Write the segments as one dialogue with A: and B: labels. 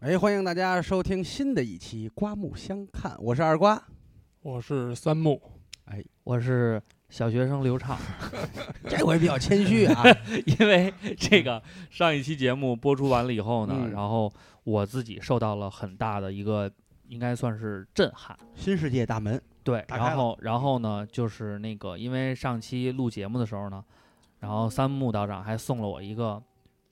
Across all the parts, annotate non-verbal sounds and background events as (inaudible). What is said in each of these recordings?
A: 哎，欢迎大家收听新的一期《刮目相看》，我是二
B: (laughs)
A: 瓜。
C: 我是三木，
B: 我是小学生刘畅，
A: 这回比较谦虚啊，
B: (laughs)
A: (laughs)
B: 因为这个上一期节目播出完了以后呢，
A: 嗯
B: 然后我自己受到了很大的一个，应该算是震撼。
A: 新世界大门，
B: 对，
A: 打开了
B: 然后然后呢，就是那个，因为上期录节目的时候呢，然后三木道长还送了我一个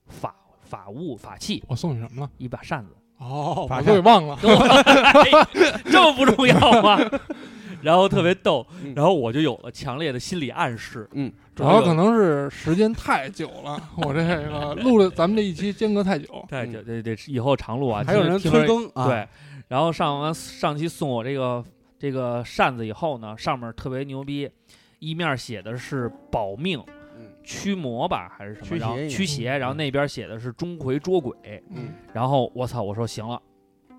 B: 法法物法器，
C: 我送你什么了？
B: 一把扇子， (laughs)
C: 哦，
A: 法
C: 我
A: 杖
C: 都给忘了。
B: 跟我哎这么不重要吗？然后特别逗
A: 嗯，
B: 然后我就有了强烈的心理暗示，
A: 嗯，
C: 主要可能是时间太久了，我这个录了咱们这一期间隔太久，
B: 对对对对，以后常录啊，
A: 嗯还有
B: 听
A: 人
B: 听着
A: 催更啊，，
B: 对，然后上完上期送我这个这个扇子以后呢，上面特别牛逼，一面写的是保命
A: 嗯
B: 驱魔吧，还是什
A: 驱
B: 么？然后
A: 邪也嗯
B: 驱邪，然后那边写的是钟馗捉鬼。
C: 嗯，
B: 然后我操，我说行了。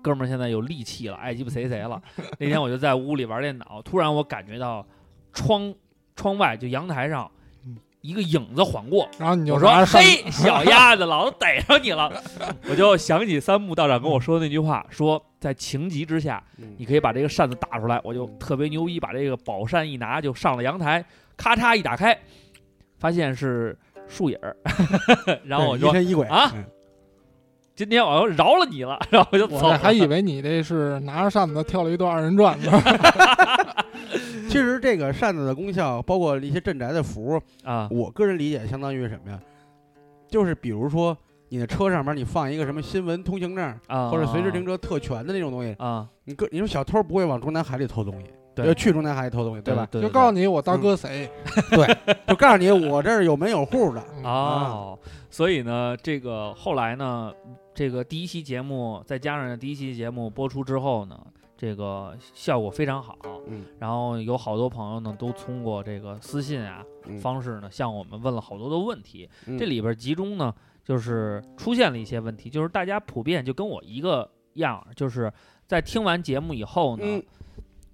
B: 哥们儿现在有力气了，爱鸡巴谁谁
A: (laughs)
B: 了。那天我就在屋里玩电脑，突然我感觉到窗窗外就阳台上
A: 嗯
B: 一个影子晃过，
C: 然后你就
B: 我说
C: 拿：“着扇
B: 嘿，小丫子，老子逮着你了！” (laughs) 我就想起三木道长跟我说的那句话，说在情急之下，
A: 嗯
B: 你可以把这个扇子打出来。我就特别牛逼，把这个宝扇一拿就上了阳台，咔嚓一打开，发现是树影儿， (laughs) 然后
A: 对
B: 我
A: 疑
B: 就
A: 神疑鬼
B: 啊，
A: 嗯
B: 今天我要饶了你了，然后我就
C: 我
B: 走
C: 这
B: 了。
C: 还以为你这是拿着扇子跳了一段二人转呢。
A: 其实这个扇子的功效，包括一些镇宅的符，
B: 啊，
A: 我个人理解相当于什么呀？就是比如说你的车上面你放一个什么新闻通行证，
B: 啊
A: 或者随时停车特权的那种东西，
B: 啊，
A: 你个你说小偷不会往中南海里偷东西，
B: 对
A: 要去中南海里偷东西，吧？
B: 对
C: 就告诉
B: 你
C: 你我大哥谁，
A: 就告诉你我这儿有门有户的，
C: 嗯
B: 哦，所以呢，这个后来呢，这个第一期节目再加上第一期节目播出之后呢，这个效果非常好。
A: 嗯，
B: 然后有好多朋友呢都通过这个私信啊、
A: 嗯
B: 方式呢向我们问了好多的问题，
A: 嗯
B: 这里边集中呢就是出现了一些问题，就是大家普遍就跟我一个样儿，就是在听完节目以后呢。
A: 嗯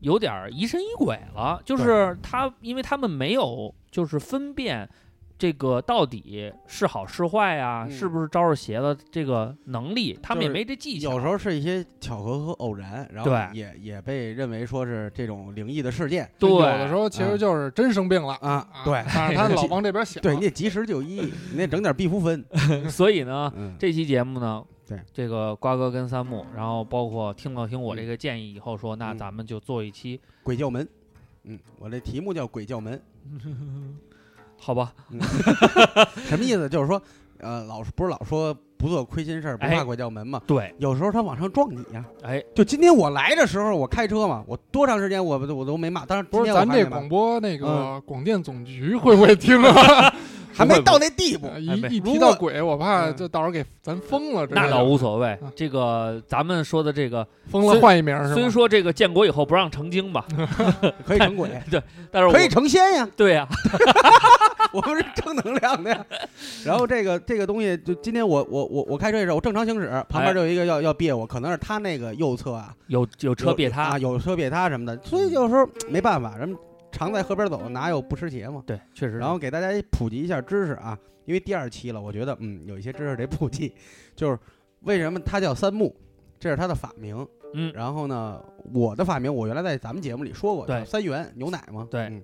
B: 有点儿疑神疑鬼了，就是他，因为他们没有就是分辨这个到底是好是坏啊，
A: 嗯
B: 是不是招着邪了这个能力，他们也没这技巧。
A: 有时候是一些巧合和偶然，然后
B: 对
A: 也也被认为说是这种灵异的事件
B: 对，
C: 有的时候其实就是真生病了。
A: 啊
C: 啊
A: 对
C: 但是他老往这边
A: (laughs)
C: 想，
A: 对，你得及时就医，你得整点避夫
B: (laughs)
A: 酚。
B: 所以呢，
A: 嗯，
B: 这期节目呢，
A: 对嗯
B: 这个瓜哥跟三木，然后包括听了听我这个建议以后说，那咱们就做一期，
A: 鬼叫门，嗯，我这题目叫鬼叫门，
B: 好吧？
A: 什么意思？就是说，呃，老是不是老说不做亏心事儿不怕
B: 哎
A: 鬼叫门嘛？
B: 对，
A: 有时候他往上撞你呀、
B: 哎，
A: 就今天我来的时候，我开车嘛，我多长时间我我都没骂，当然今
C: 不是
A: 天我还
C: 咱
A: 没
C: 这
A: 骂
C: 广播那个广电总局会不会听啊？
A: 还没到那地步，
C: (laughs) 一
B: 哎不
C: 一
A: 如果
C: 提到鬼，我怕
A: 嗯
C: 就到时候给咱封了之类的。
B: 那倒无所谓
C: 嗯。
B: 这个咱们说的这个，
C: 封了
B: 虽
C: 换一名是
B: 虽
C: 吗？
B: 说这个建国以后不让
A: (laughs)
B: 成精吧，
C: 呃
A: 可以成
C: (laughs)
A: 鬼，
B: 但是我
A: 可以成仙呀。(laughs)
B: 对呀，
A: 我们是正能量的呀。然后这个这个东西，就今天我我我我开车的时候，我正常行驶，旁
B: 哎
A: 边就有一个要要别我，可能是他那个右侧啊，
B: 有有车
A: 有
B: 别他
A: 啊，，有车别他什么的，所以有时候没办法，人们常在河边走，哪有不湿鞋嘛。
B: 对，确实是。
A: 然后给大家普及一下知识啊，因为第二期了，我觉得嗯有一些知识得普及，就是为什么他叫三木，这是他的法名。
B: 嗯
A: 然后呢，我的法名我原来在咱们节目里说过，
B: 对
A: 叫三元牛奶嘛。
B: 对
A: 嗯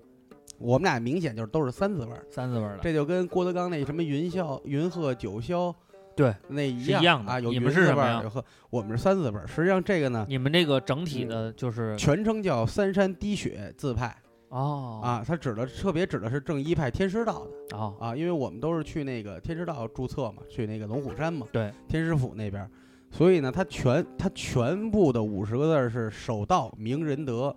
A: 我们俩明显就是都是三字味儿。
B: 三字味儿的，
A: 这就跟郭德纲那什么云霄、云鹤、九霄，
B: 对，
A: 那一
B: 是一样的
A: 啊。有
B: 你
A: 云
B: 们
A: 字
B: 是什
A: 辈
B: 么
A: 儿，
B: 呀
A: 有鹤，我们是三字辈儿。实际上这个呢，
B: 你们这个整体的
A: 嗯
B: 就是
A: 全称叫三山滴血字派
B: 哦
A: 啊，它指的特别指的是正一派天师道的
B: 哦
A: 啊，因为我们都是去那个天师道注册嘛，去那个龙虎山嘛，
B: 对，
A: 天师府那边儿。所以呢，它全它全部的五十个字儿是守道明仁德，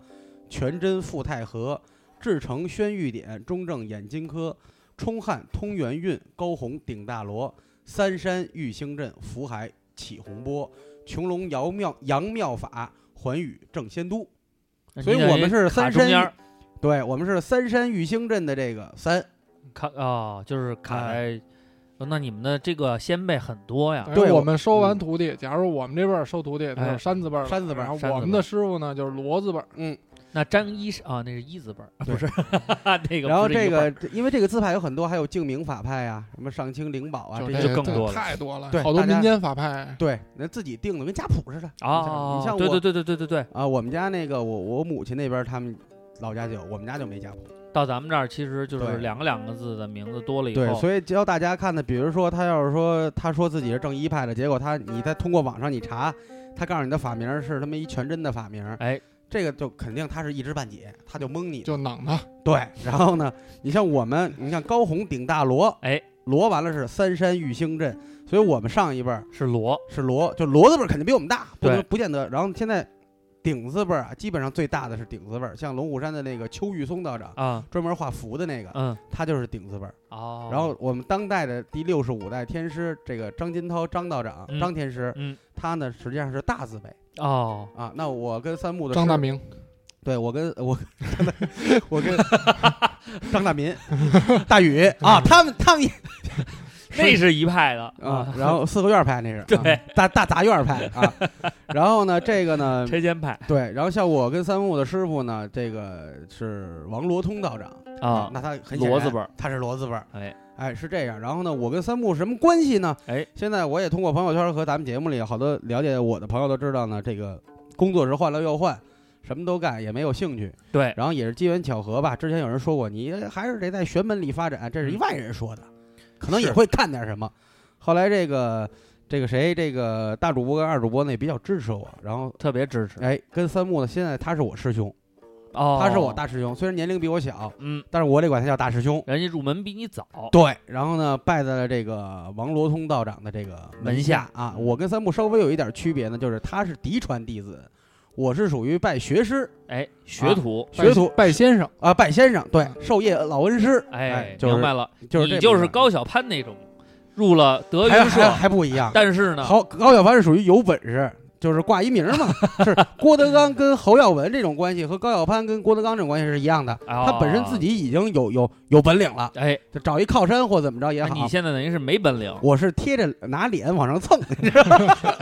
A: 全真复太和，至诚宣玉典，中正演金科，冲汉通元运，高宏顶大罗，三山玉兴镇，福海起洪波，穹龙姚妙杨妙法，环宇正仙都。
B: 那
A: 所以
B: 你等于
A: 我们是
B: 卡
A: 三
B: 中
A: 山
B: 间儿
A: 对我们是三山玉兴镇的这个三，
B: 卡哦，就是卡在。哦那你们的这个先辈很多呀
C: 哎，
A: 哎对
C: 我
A: 我嗯
C: 们收完徒弟，假如我们这辈儿收徒弟，他
B: 哎
C: 是山字辈儿的，
A: 山字辈儿
C: 然
B: 山字
C: 后我
B: 辈儿
C: 们的师傅呢就是骡字辈儿，
A: 嗯，
B: 那张一是啊，那是一字辈儿，
A: 对
B: 不是那个。
A: 然后
B: 不是
A: 这
B: 一辈儿
A: 个，因为这个字派有很多，还有净明法派啊，什么上清灵宝啊，
C: 就
A: 这
B: 那
A: 些
B: 就更多了
C: 太多了
A: 对，
C: 好多
A: 大家
C: 民间法派，
A: 对，那自己定的跟家谱似的
B: 啊，
A: 你像
B: 对
A: 我
B: 对对对对对对，
A: 啊，我们家那个我我母亲那边他们老家就有，我们家就没家谱。
B: 到咱们这儿其实就
A: 对
B: 是两个两个字的名字多了以
A: 对，
B: 后，
A: 所以教大家看的，比如说他要是说他说自己是正一派的，结果他你再通过网上你查，他告诉你的法名是他妈一全真的法名，
B: 哎，
A: 这个就肯定他是一知半解，他就蒙你。
C: 就囊他，
A: 对，然后呢，你像我们，你像高红顶大罗，
B: 哎，
A: 罗完了是三山玉兴镇，所以我们上一辈儿
B: 是罗，
A: 是罗，就罗字辈儿肯定比我们大，不
B: 对
A: 能不见得。然后现在顶字辈儿啊，基本上最大的是顶字辈儿，像龙虎山的那个邱玉松道长，
B: 啊，
A: 专门画符的那个，
B: 嗯，
A: 他就是顶字辈儿。
B: 哦，
A: 然后我们当代的第六十五代天师，这个张金涛张道长、
B: 嗯
A: 张天师，
B: 嗯，
A: 他呢实际上是大字辈
B: 哦，
A: 啊。那我跟三木的
C: 张大
A: 师，
C: 明，
A: 对我跟我我跟张大民、大宇
B: 嗯
A: 啊，他们他们也
B: 那是一派的
A: 啊，然后四合院派那是，
B: 对
A: 啊大大杂院派啊。然后呢，这个呢，
B: (laughs) 啊拆迁派
A: 对，然后像我跟三木的师傅呢，这个是王罗通道长
B: 啊，
A: 那他很显
B: 骡
A: 然
B: 子辈儿，
A: 他是骡子辈儿，
B: 哎
A: 哎是这样。然后呢，我跟三木什么关系呢？
B: 哎，
A: 现在我也通过朋友圈和咱们节目里好多了解我的朋友都知道呢，这个工作是换了又换。什么都干也没有兴趣，
B: 对，
A: 然后也是机缘巧合吧。之前有人说过，你还是得在玄门里发展，这是一外人说的，可能也
B: 嗯是
A: 会看点什么。后来这个这个谁，这个大主播跟二主播那比较支持我，然后
B: 特别支持，
A: 哎，跟三木呢，现在他是我师兄，
B: 哦，
A: 他是我，大师兄，虽然年龄比我小，
B: 嗯，
A: 但是我得管他叫大师兄。
B: 人家入门比你早，
A: 对，然后呢，拜在了这个王罗通道长的这个门下啊。我跟三木稍微有一点区别呢，就是他是嫡传弟子，我是属于拜学师、
B: 哎，
A: 啊
B: 学徒，
A: 学徒
C: 拜先生，
A: 啊，拜先生，对
C: 嗯，
A: 授业老恩师。
B: 哎，
A: 就是
B: 明白了，
A: 就是
B: 你
A: 这
B: 就
A: 部
B: 是
A: 分
B: 高小攀那种，入了德
A: 还
B: 云
A: 还
B: 社，
A: 还不一样。
B: 但是呢，
A: 好，高晓凡是属于有本事，就是挂一名儿
B: (laughs)
A: 嘛，是郭德纲跟侯耀文这种关系和高晓攀跟郭德纲这种关系是一样的。
B: 哦
A: 他本身自己已经有有有本领了，
B: 哎，
A: 就找一靠山或怎么着也
B: 那啊你
A: 好。
B: 现在等于是没本领，
A: 我是贴着拿脸往上蹭，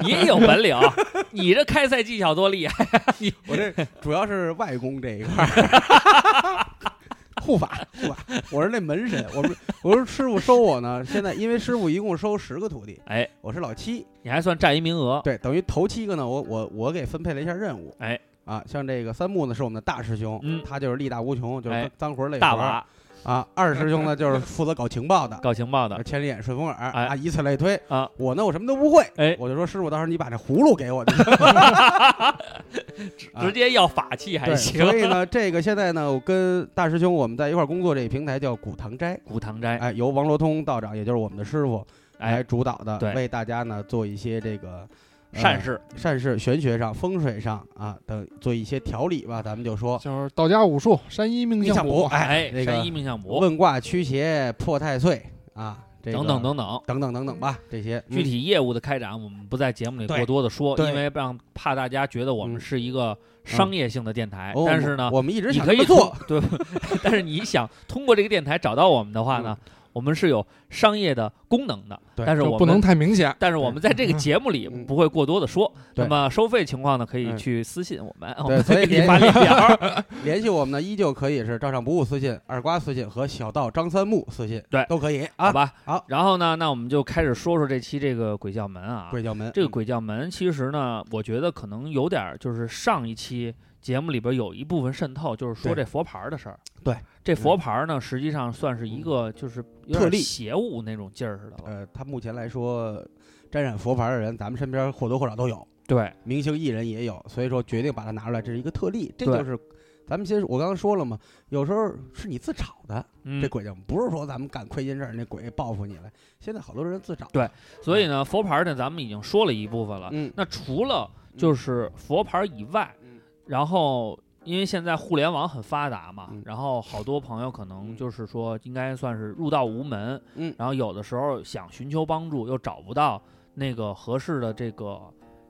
B: 你也有本领， (laughs) 你这开赛技巧多厉害，
A: (laughs) 我这主要是外功这一块儿， (laughs)
B: (laughs)
A: 护法护法，我是那门神，我们我说师傅收我呢，现在因为师傅一共收十个徒弟，
B: 哎，
A: 我是老七，
B: 你还算占一名额，
A: 对，等于头七个呢，我我我给分配了一下任务。
B: 哎，
A: 啊，像这个三木呢是我们的大师兄，
B: 嗯
A: 他就是力大无穷，就是
B: 哎
A: 脏活累活。
B: 大娃
A: 啊，二师兄呢就是负责搞情报的，
B: (laughs) 搞情报的，
A: 千里眼、顺风耳、
B: 哎
A: 啊，以此类推
B: 啊。
A: 我呢，我什么都不会，
B: 哎
A: 我就说师傅，到时候你把这葫芦给我就行。啊
B: 直接要法器还
A: 对，
B: 哎行，
A: 所以呢，这个现在呢，我跟大师兄我们在一块儿工作，这个平台叫古堂斋，
B: 古堂斋，
A: 哎，由王罗通道长，也就是我们的师傅来
B: 哎，
A: 主导的，
B: 对
A: 为大家呢做一些这个。呃
B: 善事，
A: 善事、玄学上、风水上啊等做一些调理吧，咱们就说
C: 就是道家武术、山医命
A: 命相
C: 相
A: 卜，
C: 卜，
A: 哎，
B: 哎，
A: 这
B: 山医
A: 个
B: 命相卜
A: 问卦、驱邪、破太岁啊，这个
B: 等等等等。
A: 等等等等吧，这些
B: 具
A: 嗯
B: 体业务的开展，我们不在节目里
A: 对
B: 过多的说，
A: 对
B: 因为让怕大家觉得我们
A: 嗯
B: 是一个商业性的电台
A: 哦。
B: 哎但是呢，
A: 我们一直
B: 你
A: 想
B: 可
A: 这
B: 以
A: 么
B: (laughs)
A: 做，
B: 通，对，但是你想通过这个电台找到我们的话呢，我们是有商业的功能的，
A: 嗯对
B: 但是
C: 就
B: 我
C: 不能
B: 们。
C: 太明显。
B: 但是我们在这个节目里
A: 嗯
B: 不会过多的说，
A: 对
B: 那么收费情况呢，可以
A: 嗯
B: 去私信我们，我们
A: 所以
B: 哦给你
A: 联
B: 发链条。
A: (laughs) 联系我们呢，依旧可以是照上不误私信、二瓜私信和小道张三木私信，
B: 对
A: 都可以
B: 好
A: 啊。
B: 吧，
A: 好
B: 然后呢，那我们就开始说说这期这个鬼叫门啊，
A: 鬼叫门，
B: 这个鬼叫门其实呢，我觉得可能有点儿就是上一期节目里边有一部分渗透，就是说
A: 对
B: 这佛牌儿的事儿。
A: 对，嗯
B: 这佛牌儿呢，实际上算是一个就是有
A: 特
B: 点
A: 例
B: 邪物那种劲儿似的了。
A: 呃，他目前来说沾染佛牌的人，咱们身边或多或少都有，
B: 对，
A: 明星艺人也有，所以说决定把它拿出来，这是一个特例，这
B: 对
A: 就是咱们先我刚刚说了嘛，有时候是你自找的，这
B: 嗯，
A: 鬼就不是说咱们干亏心事儿，那鬼报复你了。现在好多人自找，
B: 对所以呢，佛牌儿呢，咱们已经说了一部分了。
A: 嗯，
B: 那除了就是佛牌儿以外，
A: 嗯
B: 然后因为现在互联网很发达嘛，
A: 嗯
B: 然后好多朋友可能
A: 嗯
B: 就是说应该算是入道无门，
A: 嗯
B: 然后有的时候想寻求帮助又找不到那个合适的这个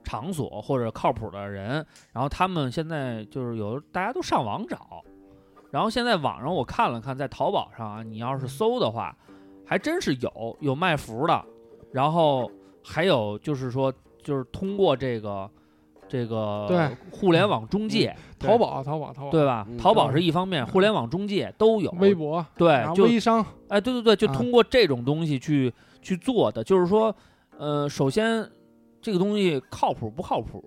B: 场所或者靠谱的人，然后他们现在就是有大家都上网找，然后现在网上我看了看，在淘宝上啊，你
C: 嗯
B: 要是搜的话，还真是有有卖符的，然后还有就是说就是通过这个这个
C: 对嗯
B: 互联网中介，
A: 对
C: 淘宝，啊淘宝，淘宝，
B: 对吧
A: 嗯？
B: 淘宝是一方面，互联网中介都有。
C: 微博，
B: 对
C: 然，后
B: 就
C: 微商，
B: 哎，对对对，就
C: 啊
B: 通过这种东西去去做的，就是说，呃，首先这个东西靠谱不靠谱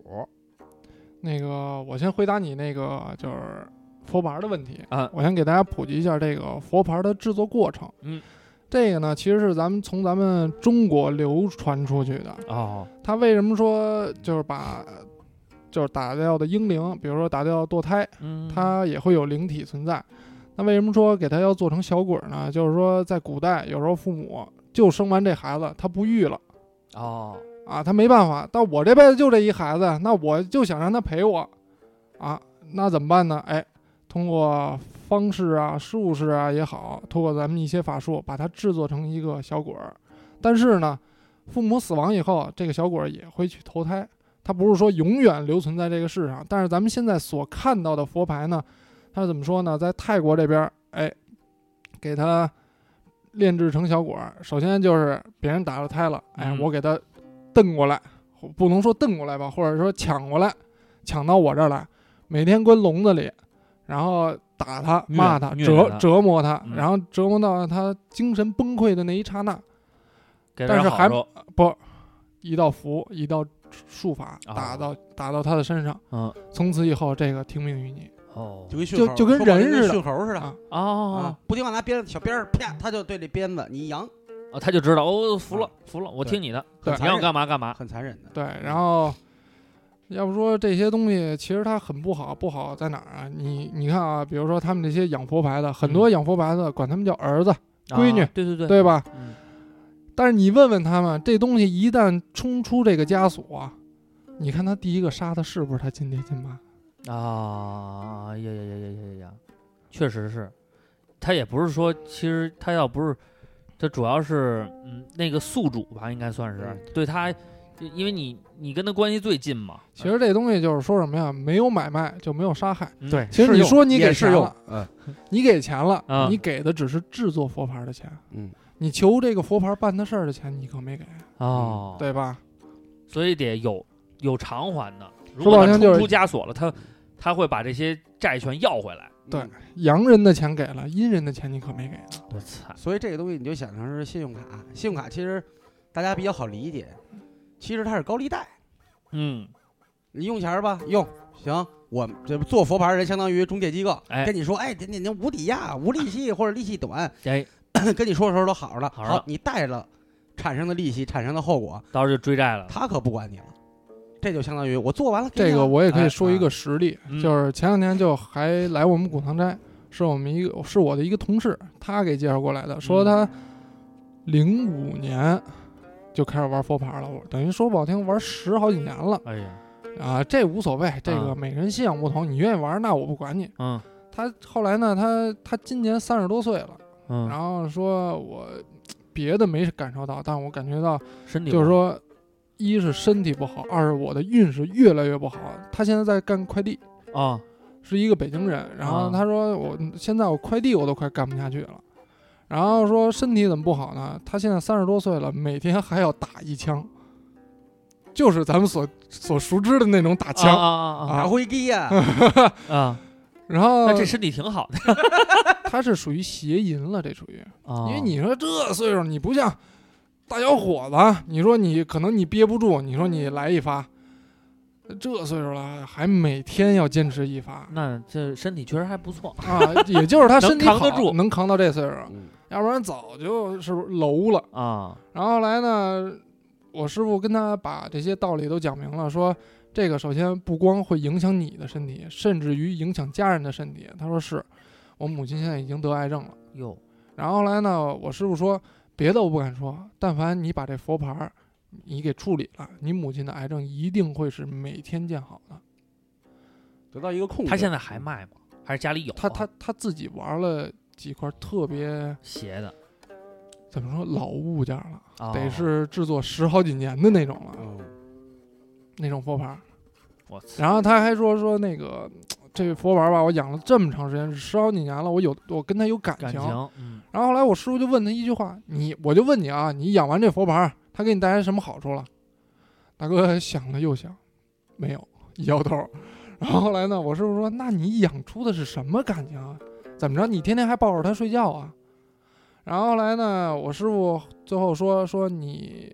C: 那个，我先回答你那个就是佛牌的问题
B: 啊
C: 我先给大家普及一下这个佛牌的制作过程。
B: 嗯，
C: 这个呢，其实是咱们从咱们中国流传出去的。
B: 哦，
C: 它为什么说就是把就是打掉的英灵，比如说打掉堕胎，
B: 嗯，
C: 它也会有灵体存在。那为什么说给它要做成小鬼儿呢？就是说在古代，有时候父母就生完这孩子，他不育了。
B: 哦，
C: 啊，他没办法，但我这辈子就这一孩子，那我就想让他陪我，啊，那怎么办呢？哎，通过方式啊、术士啊也好，通过咱们一些法术，把它制作成一个小鬼儿。但是呢，父母死亡以后，这个小鬼儿也会去投胎，它不是说永远留存在这个世上。但是咱们现在所看到的佛牌呢，它是怎么说呢？在泰国这边儿，哎，给它炼制成小鬼儿，首先就是别人打了胎了，哎，
B: 嗯
C: 我给它瞪过来，不能说瞪过来吧，或者说抢过来，抢到我这儿来，每天关笼子里，然后打他、
B: 虐
C: 骂他、
B: 虐
C: 折
B: 他
C: 折磨他，
B: 嗯
C: 然后折磨到他精神崩溃的那一刹那，
B: 给
C: 但
B: 点
C: 是
B: 好
C: 还
B: 处，
C: 不，一道符，一道术法
B: 啊
C: 打到、打到他的身上，
B: 嗯，
C: 从此以后这个听命于你。
B: 哦，
A: 就跟
C: 就
A: 驯猴
C: 就跟
A: 说白了
C: 人似的
A: 驯猴似的
C: 啊
B: 哦
A: 啊，，不听话拿鞭子小鞭儿啪，他就对这鞭子你一扬，
B: 哦，他就知道，哦，服了
A: 啊，
B: 服了，我
A: 对
B: 听你的，
C: 对
B: 你让我干嘛干嘛。
A: 很残忍的。
C: 啊对，然后要不说这些东西其实它很不好，不好在哪儿啊？你你看啊，比如说他们这些养佛牌的，很
B: 嗯
C: 多养佛牌的管他们叫儿子，闺女
B: 啊对对对，
C: 对吧？
B: 嗯
C: 但是你问问他们，这东西一旦冲出这个枷锁啊，你看他第一个杀的是不是他亲爹亲妈？
B: 啊，呀呀呀呀呀呀呀，确实是，他也不是说，其实他要不是，他主要是，嗯，那个宿主吧，应该算是、
A: 嗯
B: 对他，因为你你跟他关系最近嘛，
C: 其实这东西就是说什么呀？没有买卖就没有杀害。
B: 嗯，
C: 其实你说你给
A: 也是
C: 钱
A: 用
C: 了，，
A: 嗯
C: 你给钱了，
B: 啊
C: 你给的只是制作佛牌的钱，
A: 嗯，
C: 你求这个佛牌办的事儿的钱你可没给，
B: 哦，，
C: 嗯对吧？
B: 所以得有有偿还的，如
C: 说
B: 果
C: 好
B: 他
C: 像就是
B: 冲出枷锁了，他他会把这些债权要回来。
C: 对
A: 嗯
C: 洋人的钱给了，阴人的钱你可没给。
B: 我操，
A: 所以这个东西你就想成是信用卡，信用卡其实大家比较好理解，其实它是高利贷，
B: 嗯，
A: 你用钱儿吧，用行。我们这做佛牌儿人相当于中介机构，
B: 哎
A: 跟你说，哎，你你无抵押、无利息或者利息短， (laughs)
B: 哎，
A: 跟你说的时候都好着呢。
B: 好着呢
A: 你贷了，产生的利息、产生的后果，
B: 到时候就追债了。
A: 他可不管你了。这就相当于我做完了，给你
C: 这个
A: 了
C: 我也可
A: 哎
C: 以说一个实例，
B: 嗯
C: 就是前两天就还来我们古堂斋，是我们一个是我的一个同事，他给介绍过来的，
B: 嗯
C: 说他零五年就开始玩佛牌了，我等于说不好听玩十好几年了
B: 哎呀，
C: 啊，这无所谓，这个
B: 啊
C: 每个人信仰不同，你愿意玩那我不管你。
B: 嗯
C: 他后来呢，他他今年三十多岁了，
B: 嗯，
C: 然后说我别的没感受到，但我感觉到
B: 身体
C: 就是
B: 不好，
C: 说，一是身体不好，二是我的运势越来越不好。他现在在干快递，
B: 啊，
C: 是一个北京人。然后
B: 啊
C: 他说我现在我快递我都快干不下去了。然后说身体怎么不好呢？他现在三十多岁了，每天还要打一枪，就是咱们所所熟知的那种打
B: 啊
C: 枪。
B: 啊啊
A: 打灰机呀、
C: (laughs)
B: 啊啊！
C: 然后
B: 那这身体挺好的，
C: 他是属于邪淫了，这属于，啊因
B: 因
C: 为你说这岁数你不像大小伙子，你说你可能你憋不住，你说你来一发，这岁数了还每天要坚持一发
B: 那这身体确实还不错，
C: 啊，也就是他身体
B: (laughs) 能扛
C: 好
B: 得住
C: 能扛到这岁数，
A: 嗯
C: 要不然早就是楼了。
B: 啊，
C: 然后后来呢，我师傅跟他把这些道理都讲明了，说这个首先不光会影响你的身体，甚至于影响家人的身体。他说是我母亲现在已经得癌症了。
B: 哟，
C: 然后后来呢，我师傅说，别的我不敢说，但凡你把这佛牌儿你给处理了，你母亲的癌症一定会是每天见好的。
A: 得到一个控制。
B: 他现在还卖吗？还是家里有啊？
C: 他他他自己玩了几块特别
B: 邪的，
C: 怎么说老物件了，
B: 哦
C: 得是制作十好几年的那种了，
A: 嗯，
C: 那种佛牌儿。
B: 我操，
C: 然后他还说说那个这佛牌儿吧，我养了这么长时间，十好几年了，我有我跟他有感
B: 感
C: 情。
B: 情，嗯
C: 然后后来我师傅就问他一句话：“你我就问你啊，你养完这佛牌儿，它给你带来什么好处了？”大哥想了又想，没有，一摇头。然后后来呢，我师傅说：“那你养出的是什么感情啊？怎么着，你天天还抱着它睡觉啊？”然后后来呢，我师傅最后说：“说你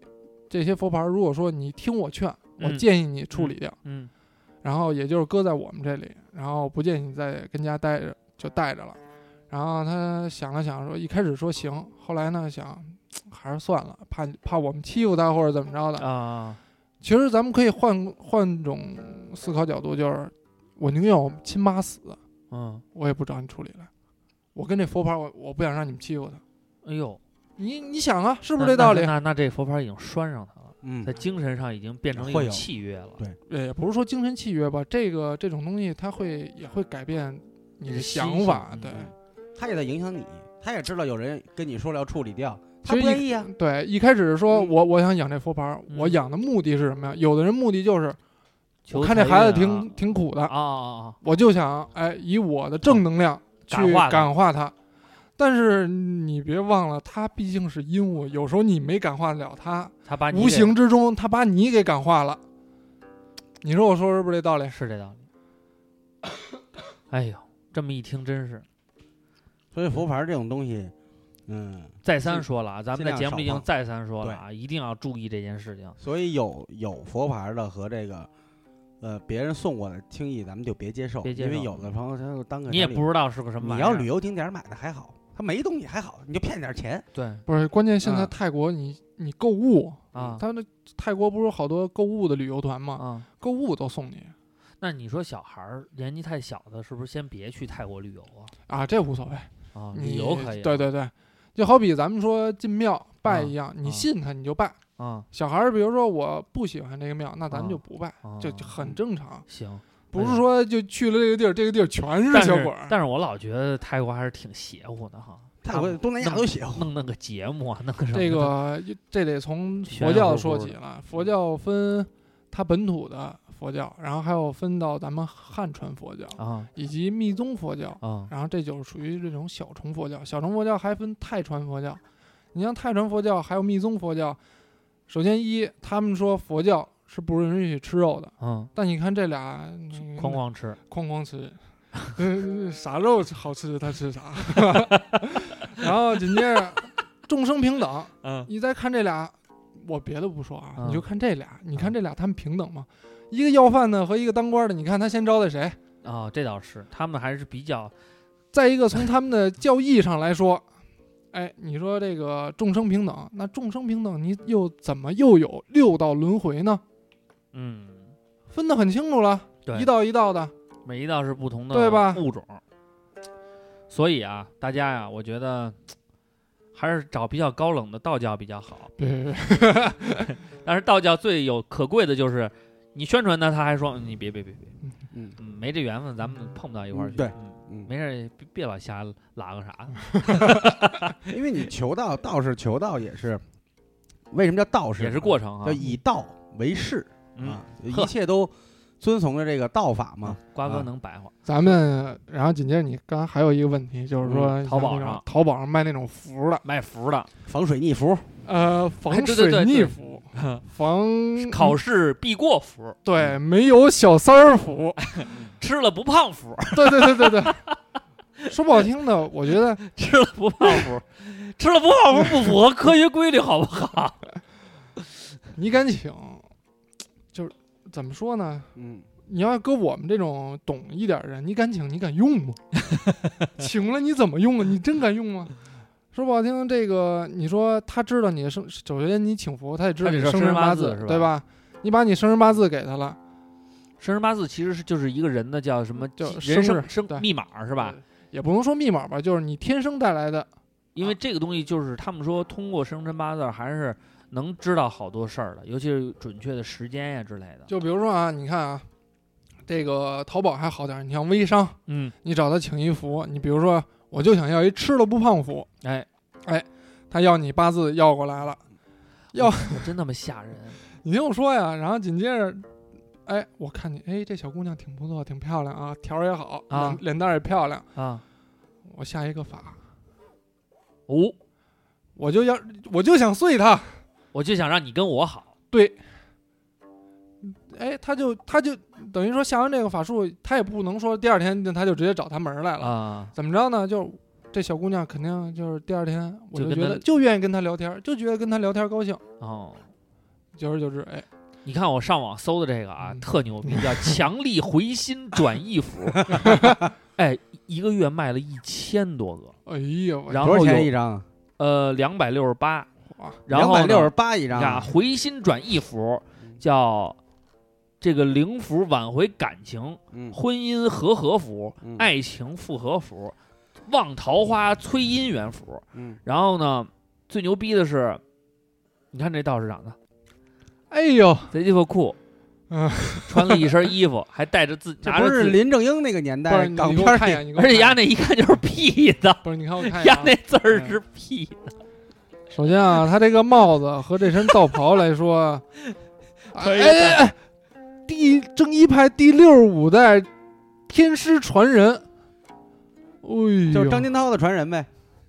C: 这些佛牌，如果说你听我劝，我
B: 嗯
C: 建议你处理掉，
B: 嗯
C: 然后也就是搁在我们这里，然后不建议你再跟家待着，就带着了。”然后他想了想说：“一开始说行，后来呢想还是算了，怕怕我们欺负他或者怎么着的。”
B: 啊，
C: 其实咱们可以换换种思考角度，就是我宁愿我亲妈死，
B: 嗯，
C: 我也不找你处理来。我跟这佛牌，我我不想让你们欺负他。
B: 哎呦，
C: 你你想啊，是
B: 是
C: 不是这道理？
B: 那那那这佛牌已经拴上他了，
A: 嗯
B: 在，精神上已经变成了一
A: 会
B: 种
A: 有
B: 契约了。
A: 对
C: 也不是说精神契约吧，这个这种东西，它会也会改变你的想法
B: 心。
C: 对
B: 性嗯
A: 嗯他也在影响你，他也知道有人跟你说了要处理掉，
C: 其
A: 他
C: 实
A: 不
C: 一
A: 愿意啊。
C: 对，一开始说
A: 嗯
C: 我我想养这佛牌，
B: 嗯
C: 我养的目的是什么呀？有的人目的就是
B: 求
C: 我看这
B: 财
C: 孩子
B: 运啊
C: 挺挺苦的
B: 啊，啊啊，
C: 我就想，哎，以我的正能量去
B: 嗯感化他
C: 感化他。但是你别忘了，他毕竟是阴物，有时候你没感化了他，
B: 他啊把你
C: 无
B: 给
C: 形之中他把你给感化了。你说我说是不是这道理？
B: 是这道理。哎呦，这么一听真是。
A: 所以佛牌这种东西，嗯，
B: 再三说了啊，咱们在
A: 尽量
B: 节目里已
A: 少
B: 经
A: 碰
B: 再三说了啊，一定要注意这件事情。
A: 所以有有佛牌的和这个，呃，别人送过来，轻易咱们就别接受，
B: 别接
A: 因
B: 受
A: 为有的朋友他就当个
B: 你也
A: 小礼
B: 不知道是个什么玩
A: 你
B: 意儿。
A: 要旅游景点买的还好，他没东西还好，你就骗点钱，
B: 对
C: 不是，关键现在
A: 嗯
C: 泰国你、你购物，
B: 啊
C: 嗯他那嗯泰国不是有好多购物的旅游团吗？
B: 啊，
C: 购物都送你
B: 那你说小孩儿年纪太小的，是不是先别去泰国旅游啊？
C: 啊，这无所谓，
B: 啊，旅
C: 你
B: 游可以啊，
C: 对对对，就好比咱们说进庙拜
B: 啊
C: 一样，
B: 啊
C: 你信他你就拜。
B: 啊，
C: 小孩儿，比如说我不喜欢这个庙，那咱们就
B: 啊
C: 不拜，
B: 啊
C: 这就很正常，
B: 行。
C: 不是说就去了这个地儿，这个地儿全是小鬼
B: (laughs)
C: 儿。
B: 但是我老觉得泰国还是挺邪乎的哈，
A: 泰国东南亚
B: 那
A: 都邪乎。
B: 弄弄个节目啊，弄个什么的
C: 这个这得从
B: 玄
C: 佛教
B: 乎
C: 说
B: 乎
C: 起
B: 的
C: 了，佛教分它本土的佛教，然后还有分到咱们汉传佛教
B: 啊
C: 以及密宗佛教，
B: 啊
C: 然后这就是属于这种小乘佛教。小乘佛教还分泰传佛教，你像泰传佛教还有密宗佛教，首先一他们说佛教是不允许吃肉的，
B: 嗯，
C: 但你看这俩嗯
B: 哐哐吃，
C: 哐哐吃，嗯，啥肉好吃他吃啥。 (laughs) 然后紧接着众生平等，
B: 嗯
C: 你再看这俩，我别的不说啊，
B: 嗯
C: 你就看这俩，你看这俩他们平等吗？一个要饭的和一个当官的，你看他先招待谁？
B: 啊，这倒是，他们还是比较
C: 再一个，从他们的教义上来说， (laughs) 哎，你说这个众生平等，那众生平等，你又怎么又有六道轮回呢？
B: 嗯，
C: 分得很清楚了，
B: 对
C: 一，道一道的，
B: 每一道是不同的
C: 对吧
B: 物种，所以啊，大家呀、我觉得还是找比较高冷的道教比较好。
C: 别别别，
B: 但是道教最有可贵的就是，你宣传他，他还说嗯你别别别别，
A: 嗯，
B: 嗯没这缘分，咱们碰不到一块儿去。
A: 嗯对
B: 嗯
A: 嗯，
B: 没事儿，别别老瞎拉个啥。
A: 因为你求道，道士求道也是，为什么叫道士？
B: 也是过程啊
A: 叫。以道为事
B: 嗯
A: 啊，，
B: 呵
A: 一切都遵从着这个道法嘛。
B: 瓜哥
A: 啊
B: 能白话，
C: 咱们，然后紧接着你刚才还有一个问题，就是说、
B: 嗯淘宝
C: 像那种
B: 上
C: 淘宝上卖那种服的，
B: 卖符的，
A: 防水逆服，
C: 呃，
B: 哎
C: 防
B: 对对对
C: 水逆
B: 对
C: 服， (laughs) 防
B: 考试必过符，
C: 对没有小三儿
B: (laughs)
C: 服，
B: 吃了不胖符，
C: 对对对对对。说不好听的，我觉得
B: 吃了不胖符，吃了不胖符不符合科学规律，好不好？
C: 你敢请，就是怎么说呢？
A: 嗯，
C: 你要搁我们这种懂一点儿人，你敢请，你敢用吗？ (laughs) 请了你怎么用啊？你真敢用吗？说不好听，这个你说他知道你的生，首先你请佛，他也知道
B: 他
C: 你
B: 得知道
C: 辰
B: 生辰八
C: 字
B: 字是吧
C: 对吧？你把你生辰八字给他了，
B: (laughs) 生辰八字其实是就是一个人的叫什么
C: 就
B: 人
C: 嗯生
B: 生
C: 日
B: 生
C: 对
B: 密码是吧？？
C: 也不能说密码吧，就是你天生带来的。
B: 因
C: 啊
B: 为这个东西就是他们说通过生辰八字儿还是能知道好多事儿的，尤其是准确的时间呀之类的。
C: 就比如说啊，你看啊，这个淘宝还好点儿，你像微商，
B: 嗯，
C: 你找他请一服，你比如说我就想要一吃了不胖服，
B: 哎，
C: 他要你八字要过来了。
B: 我真他妈吓
A: (laughs)
B: 人！
C: 你听我说呀，然后紧接着，哎，我看你，哎，这小姑娘挺不错，挺漂亮啊，条儿也好，
B: 啊
C: 脸脸蛋儿也漂亮，
B: 啊，
C: 我下一个法，
B: 哦，
C: 我就要，我就想碎她，
B: 我就想让你跟我好，
C: 对，哎，他就他就等于说下完这个法术，他也不能说第二天他就直接找他门儿来了。
B: 啊，
C: 怎么着呢？就这小姑娘肯定就是第二天，我
B: 就
C: 就
B: 跟
C: 觉
B: 他
C: 得就愿意跟他聊天儿，就觉得跟他聊天儿高兴。
B: 哦，
C: 久而久之，哎，
B: 你看我上网搜的这个啊，
C: 嗯
B: 特
A: (laughs)
B: 牛逼，叫强力回心转意符，哎，一个月卖了一千多个，
C: 哎呀，我
B: 然
A: 多
B: 后
A: 少钱
B: 有
A: 一张啊？
B: 呃两百六十八
C: 哇，
B: 然后
A: 两百
B: 呢
A: 六十八一张
B: 你看啊，
A: 啊，
B: 回心转意符叫这个灵符挽回感情，
A: 嗯，
B: 婚姻和合符，
A: 嗯，
B: 爱情复合符，望桃花催姻缘符。
A: 嗯，
B: 然后呢，最牛逼的是，你看这道士长的
C: 哎呦，
B: 贼鸡
A: (laughs)
B: 巴酷，
C: 嗯，
B: 穿了一身衣服， (laughs) 还带着自
A: 这
B: 拿
A: 不
B: 着
A: 是啊
B: 自己，
A: 林正英那个年
C: 不是
A: 代
C: 你
A: 港
C: 给
A: 片
C: 我
A: 儿
C: 看一
A: 里，
C: 眼，你给我
B: 而且
C: 看一
B: 丫
C: 眼
B: 那一看就是 P 的，
C: 不是你看我
A: 哎
C: 看一眼
B: 丫
C: 啊，
B: 那字儿是 P 的，
C: 首先啊，他这个帽子和这身道袍来说，啊哎
B: (laughs) 可以
C: 哎哎，第正一派第六十五代天师传人，
B: 嗯
C: 哎呦，
A: 就是张金涛的传人呗。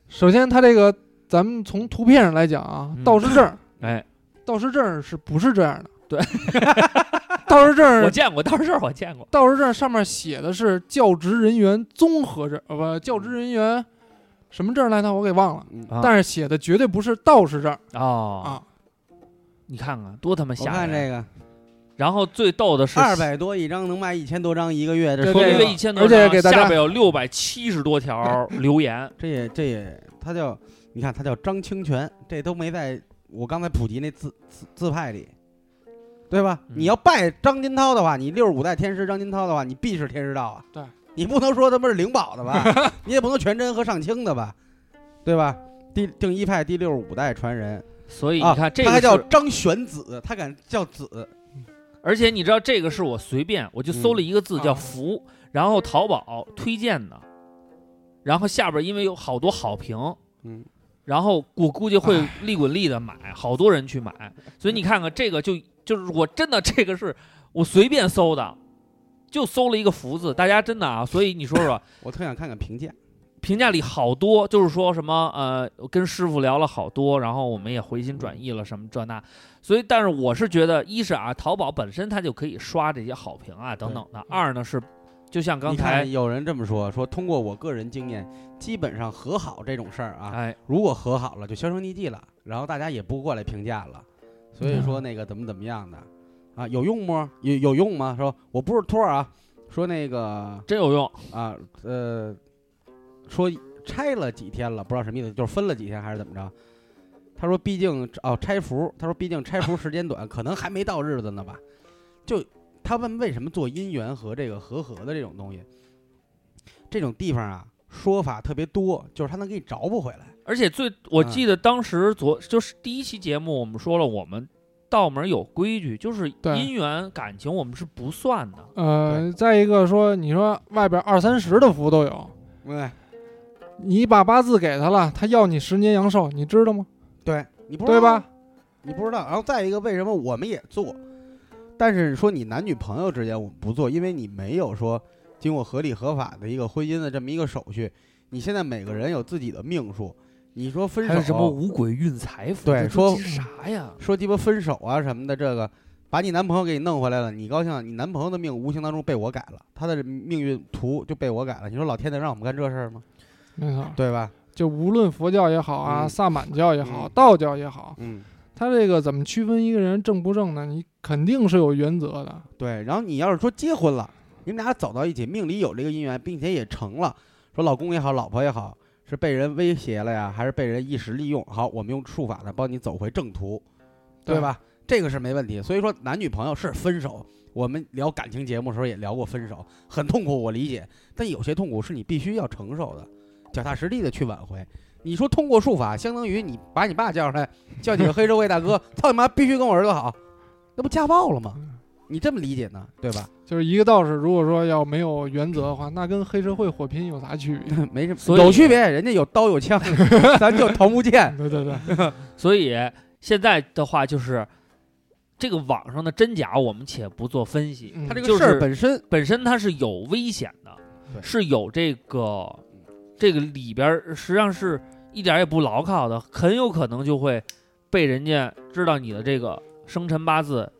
C: 首先，他这个咱们从图片上来讲啊，
B: 嗯
C: 道士证儿，
B: 哎，
C: 道士证儿是不是这样的？
B: 对，
C: (laughs) 道士证
B: 我
C: 儿，
B: 见过，到时候我见过，
C: 道士证儿上面写的是教职人员综合证，呃，不，教职人员什么证儿来着？我给忘了，
A: 嗯
B: 啊
C: 但是写的绝对不是道士证儿
B: 哦，
C: 啊。
B: 你看看多他妈
A: 我
B: 吓
A: 看
B: 人！啊
A: 这个
B: 然后最逗的是
A: 二百多一张能卖一千多张一个月，这
C: 对
A: 说
B: 一
A: 明
B: 个
C: 对
B: 月
C: 对
B: 一千多
C: 而且
B: 张，
C: 给大家
B: 下边有六百七十多条留言
A: 这也这也，他叫你看他叫张清泉，这都没在我刚才普及那字字字派里，对吧？
B: 嗯
A: 你要拜张金涛的话，你六十五代天师张金涛的话，你必是天师道啊。
C: 对，
A: (laughs) 你不能说他们是灵宝的吧？ (laughs) 你也不能全真和上清的吧？对吧？第定一派第六十五代传人，
B: 所以
A: 啊
B: 你看这
A: 他
B: 个
A: 还叫
B: 是
A: 张玄子，他敢叫子，
B: 而且你知道这个是我随便，我就搜了一个字
C: 嗯
B: 叫“
C: 啊
B: 福”，然后淘宝推荐的，然后下边因为有好多好评，
A: 嗯，
B: 然后我估计会利滚利的买，好多人去买，所以你看看这个就就是我真的这个是我随便搜的，就搜了一个“福”字，大家真的啊，所以你说说
A: 我特想看看评价。
B: 评价里好多就是说什么呃，我跟师傅聊了好多，然后我们也回心转意了什么这那，所以但是我是觉得，一是啊，淘宝本身它就可以刷这些好评啊等等的；二呢是，就像刚
A: 你
B: 才
A: 看有人这么说，说通过我个人经验，基本上和好这种事儿啊，
B: 哎
A: 如果和好了，就销声匿迹了，然后大家也不过来评价了，所以说那个怎么怎么样的，啊，有用吗？有有用吗？说我不是托儿啊，说那个
B: 真有用，
A: 啊呃，说拆了几天了，不知道什么意思，就是分了几天还是怎么着？他说毕竟哦拆服，他说毕竟拆服时间短，可能还没到日子呢吧？就他问为什么做姻缘和这个和合的这种东西，这种地方啊说法特别多，就是他能给你找补回来。
B: 而且最我记得当时昨就是第一期节目我们说了，我们道门有规矩，就是
C: 对
B: 姻缘感情我们是不算的，
C: 呃，再一个说，你说外边二三十的福都有，
A: 对
C: 你把八字给他了，他要你十年阳寿，你知道吗？
A: 对，你不知
C: 对
A: 道啊
C: 吧？？
A: 你不知道。然后再一个，为什么我们也做？但是说你男女朋友之间我们不做，因为你没有说经过合理合法的一个婚姻的这么一个手续。你现在每个人有自己的命数，你说分
B: 还有什么
A: 手，
B: 五鬼运财符，
A: 对
B: 这都
A: 说
B: 是啥呀？
A: 说鸡巴分手啊什么的，这个把你男朋友给你弄回来了，你高兴，你男朋友的命无形当中被我改了，他的命运图就被我改了。你说老天能让我们干这事儿吗？
C: 没错，
A: 对吧？
C: 就无论佛教也好啊，
A: 嗯
C: 萨满教也好，
A: 嗯
C: 道教也好，
A: 嗯，
C: 他这个怎么区分一个人正不正呢？你肯定是有原则的。
A: 对，然后你要是说结婚了，你们俩走到一起，命里有这个姻缘，并且也成了，说老公也好，老婆也好，是被人威胁了呀，还是被人一时利用？好，我们用术法呢帮你走回正途，对
C: 对
A: 吧？这个是没问题。所以说，男女朋友是分手，我们聊感情节目的时候也聊过分手，很痛苦，我理解。但有些痛苦是你必须要承受的，脚踏实地的去挽回。你说通过术法，相当于你把你爸叫上来，叫几个黑社会大哥， (laughs) 操你妈，必须跟我儿子好，那不家暴了吗？你这么理解呢，对吧？
C: 就是一个道士，如果说要没有原则的话，那跟黑社会火拼有啥区
A: (laughs)
C: 别？
A: 嗯没什么，
B: 所以
A: 有区别，人家有刀有 (laughs) 枪，咱就桃木剑。
C: 对对对，
B: 所以现在的话就是，这个网上的真假我们且不做分析，
C: 嗯
A: 他 (laughs) 这个
B: 就是
A: 事儿本身，
B: 本身它是有危险的，
A: 对
B: 是有这个这个里边儿实际上是一点儿也不牢靠的，很有可能就会被人家知道你的这个生辰八字。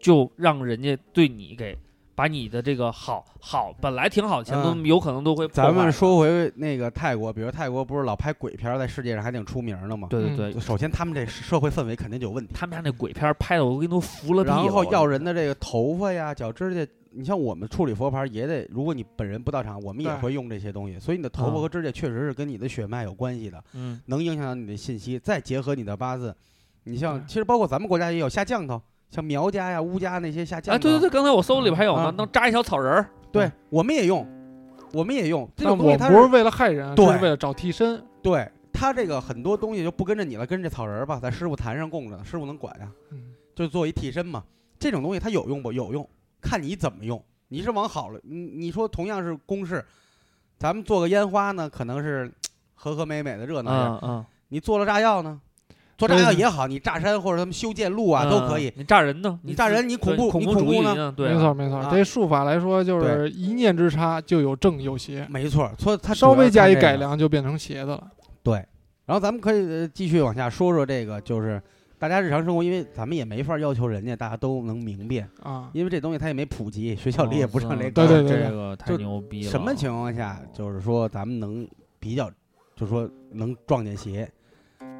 B: 就让人家对你给把你的这个好好本来挺好的钱都
A: 嗯
B: 有可能都会破坏
A: 咱们
B: 了
A: 说回那个泰国，比如泰国不是老拍鬼片儿，在世界上还挺出名的嘛。
B: 对对
C: 嗯
B: 对，
A: 就首先他们这社会氛围肯定就有问题，
B: 他们家那鬼片儿拍的我都给你都服了地
A: 然
B: 了，
A: 后
B: 我
A: 要人的啊这个头发呀、脚指甲，你像我们处理佛牌也得，如果你本人不到场，我们也
C: 对
A: 会用这些东西，所以你的头发
B: 嗯
A: 和指甲确实是跟你的血脉有关系的，
B: 嗯
A: 能影响到你的信息，再结合你的八字，你
C: 对
A: 像其实包括咱们国家也有下降头，像苗家呀、乌家那些下降头，
B: 哎对对对，刚才我搜里边还有
A: 啊
B: 呢，能扎一小草人儿，
A: 对，我们也用，我们也用这
C: 但
A: 种东
C: 嗯我
A: 西，它
C: 不是为了害人，
A: 对
C: 这是为了找替身。
A: 对它这个很多东西就不跟着你了，跟着这草人儿吧，在师傅坛上供着，师傅能管呀、
C: 嗯
A: 就做一替身嘛。这种东西它有用不？有用，看你怎么用。你是往好了，你你说同样是公式，咱们做个烟花呢，可能是和和美美的热闹点儿、
B: 嗯嗯，
A: 你做了炸药呢，做炸
C: 啊对
A: 药
C: 对
A: 也好，你炸山或者他们修建路啊、都可以
B: 嗯。。你炸人呢？
A: 你炸人你恐
B: 对
A: 怖
B: 恐
A: 你
B: 怖
A: 恐
B: 主
A: 怖
B: 义
A: 呢
B: 呢？对啊，
C: 没错没错
A: 啊，
C: 这术法来说就是一念之差就有正有邪，
A: 没错，所以它主
C: 稍
A: 要
C: 微
A: 是
C: 加
A: 看
C: 以
A: 这个
C: 改良就变成邪的了。
A: 对，然后咱们可以呃继续往下说说这个，就是大家日常生活，因为咱们也没法要求人家大家都能明辨，
C: 啊，
A: 因为这东西它也没普及，学校里也不上这
B: 哦
A: 课。
C: 对对对
B: 这个太
A: 就
B: 牛逼了。
A: 什么情况下就是说咱们能比较，就是说能撞见邪，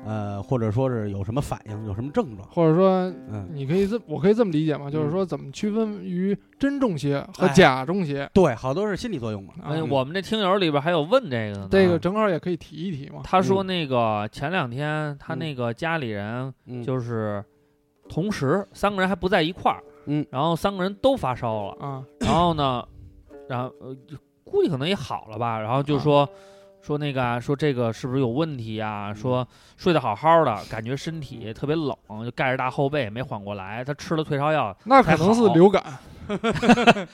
A: 呃，或者说是有什么反应，有什么症状？
C: 或者说
A: 嗯，
C: 你可以这，我可以这么理解嘛，就是说怎么区分于真中邪和
A: 哎
C: 假中邪？
A: 对，好多是心理作用嘛。
C: 啊
B: 哎，我们这听友里边还有问这个呢。
C: 这个正好也可以提一提嘛。
B: 他说那个前两天他那个家里人
A: 嗯，
B: 就是同时三个人还不在一块儿，
A: 嗯，
B: 然后三个人都发烧了，
C: 啊，
A: (clears throat)
B: 然后呢，然后呃就估计可能也好了吧，然后就
C: 啊
B: 说。说那个啊说这个是不是有问题呀、
A: 嗯
B: 说睡得好好的，感觉身体特别冷，就盖着大后背没缓过来。他吃了退烧药，
C: 那可能是流 (laughs) 感，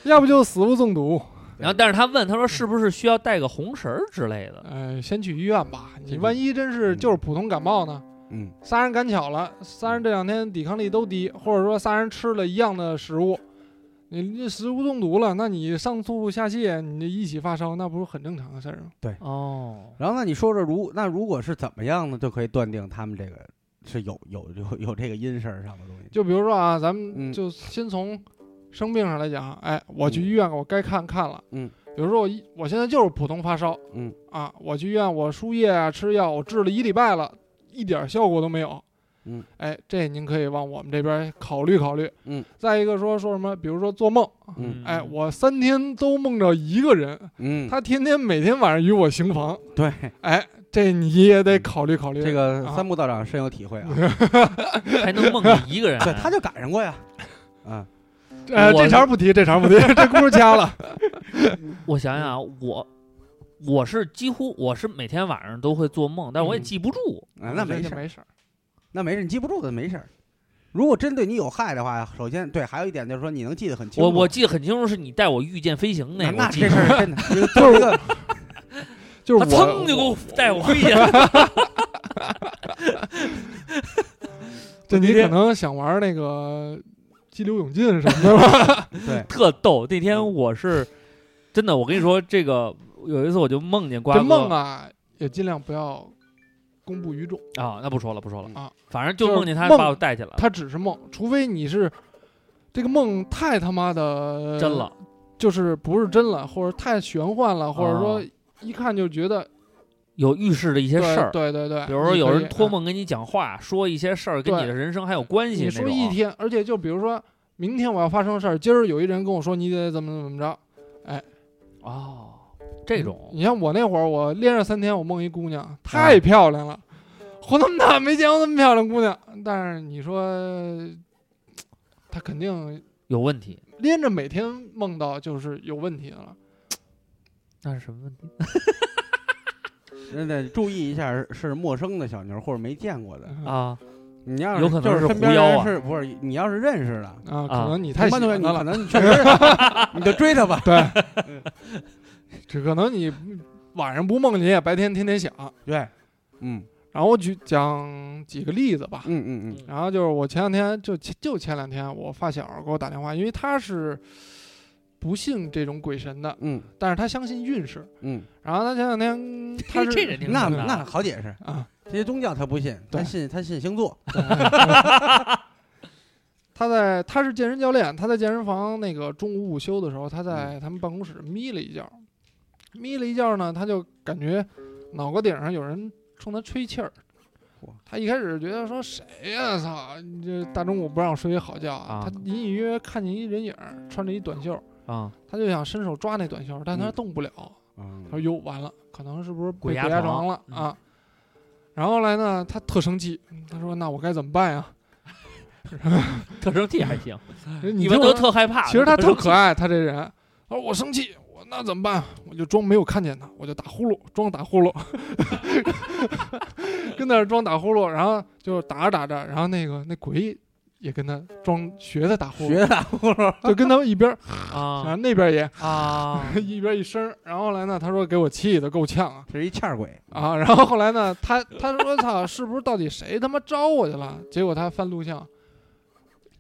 C: 要不就食物中毒。
B: 然后但是他问他说是不是需要带个红绳儿之类的？
C: (laughs) 呃，先去医院吧。
A: 这
C: 你
A: 个
C: 万一真是就是普通感冒呢？
A: 嗯，
C: 仨人赶巧了，仨人这两天抵抗力都低，或者说仨人吃了一样的食物，你你食物中毒了，那你上吐下泻，你这一起发烧，那不是很正常的事儿吗？
B: 哦，
A: 然后那你说说如那如果是怎么样呢，就可以断定他们这个是有有有有这个因事儿上的东西。
C: 就比如说啊，咱
A: 嗯
C: 们就先从生病上来讲，哎，我去
A: 嗯
C: 医院，我该看看了，
A: 嗯，
C: 比如说我一我现在就是普通发烧，
A: 嗯
C: 啊，我去医院我输液啊吃药，我治了一礼拜了，一点效果都没有，
A: 嗯，
C: 哎，这您可以往我们这边考虑考虑，
A: 嗯，
C: 再一个说说什么，比如说做梦，
A: 嗯
C: 哎，我三天都梦着一个人，
A: 嗯，
C: 他天天每天晚上与我行房，
A: 对
C: (laughs) 哎，这你也得考虑考虑。
A: 这个
C: 啊
A: 三木道长深有体会啊，
B: 还能梦见一个人
A: (laughs) ，对，他就赶上过呀。嗯，
C: 呃，
B: 我
C: 这茬儿不提，这茬儿不
A: (laughs)
C: 提，这轱辘掐了。
B: 我想想啊，
A: 嗯
B: 我我是几乎我是每天晚上都会做梦，但是我也记不住。
A: 啊，那没事
C: 这
A: 儿，
C: 就 (laughs) 没事儿。
A: 那没事，你记不住的没事儿。如果真对你有害的话，首先对，还有一点就是说你能记得很清楚。
B: 我我记得很清楚，是你带我御剑飞行
A: 那
B: 那
A: 那
B: 我记得
A: 这事儿真的，这个就是一
B: (laughs)
A: 个
C: 就是
B: 他
C: 我
B: 噌就给我带我御剑。
C: 这你可能想玩那个激流勇进什么的
B: (laughs)
C: 吧？
A: 对，
B: 特逗。那天我是真的，我跟你说，这个有一次我就梦见瓜
C: 这
B: 哥
C: 梦啊，也尽量不要公布于众，
B: 啊那不说了，不说了
C: 啊，
B: 反正就
C: 就是
B: 梦见他
C: 梦
B: 把我带起来了，
C: 它只是梦，除非你是这个梦太他妈的
B: 真，了，
C: 就是不是真了，或者太玄幻了，或者说
B: 哦
C: 一看就觉得
B: 有预示的一些
C: 对
B: 事儿。
C: 对对对，
B: 比如说有
C: 你可以啊
B: 人托梦跟你讲话，说一些事儿跟
C: 对
B: 你的人生还有关系
C: 你
B: 那
C: 说
B: 种。啊
C: 一天，而且就比如说明天我要发生事儿，今儿有一人跟我说你得怎么怎么着，
B: 哦，这种
C: 嗯你像我那会儿，我连着三天，我梦一姑娘，
A: 啊
C: 太漂亮了，活那么大没见过那么漂亮姑娘。但是你说，她肯定
B: 有问题。
C: 连着每天梦到就是有问题的了。
B: 那是什么问题？
A: 那得注意一下，是陌生的小妞或者没见过的。
B: 啊，
A: 你要是
B: 有可能
A: 就是是身边
B: 狐妖
A: 人
B: 啊
A: 是不是？你要是认识的，
C: 啊，可
B: 啊
C: 能你太喜
A: 同班同学你可
C: 欢她了，
A: 能你确实，你就追她吧。
C: 对，
A: (laughs)
C: 只可能你晚上不梦见，白天天天想。
A: 对，嗯
C: 然后我举讲几个例子吧。
A: 嗯嗯
C: 然后就是我前两天就前就前两天我发小给我打电话，因为他是不信这种鬼神的，
A: 嗯
C: 但是他相信运势。
A: 嗯
C: 然后他前两天他
B: 这
C: 是
B: 这人
A: 嗯，
B: 挺
A: 那
B: 神的啊
A: 那好解释，
C: 啊，
A: 这些宗教他不信，他
C: 对
A: 信他信星座。
C: 对他在他是健身教练，他在健身房那个中午午休的时候，他在他们办公室眯了一觉，眯了一觉呢，他就感觉脑瓜顶上有人冲他吹气儿
A: 嚯。
C: 他一开始觉得说谁呀、操！你这大中午不让我睡一好觉
B: 啊
C: 他隐隐约约看见一人影儿，穿着一短袖，
B: 啊，
C: 他就想伸手抓那短袖，但他
A: 嗯
C: 动不了。
A: 嗯
C: 他说：“哟，完了，可能是不是被
B: 鬼
C: 鬼
B: 压
C: 压
B: 床嗯
C: 床了啊？”然后后来呢，他特生气，他说：“那我该怎么办呀
B: 特生气还行，？”
C: 你
B: 哎你们
C: 听
B: 都
C: 我
B: 特害怕。
C: 其实他特可
B: 爱，
C: 爱，他这人。他说：“我生气，我那怎么办？我就装没有看见他，我就打呼噜，装打呼噜， (laughs) 跟那儿装打呼噜。然后就打着打着，然后那个那鬼也跟他装学他打呼噜， (laughs)
A: 学打呼噜，
C: 就跟他一边儿，然
B: 啊
C: 后那边也 (laughs)
B: 啊
C: 一边一声儿。然后后来呢，他说给我气的够呛啊。”
A: 这是一欠儿鬼！
C: 啊，然后后来呢，他他说操，是不是到底谁他妈招我去了？结果他翻录像，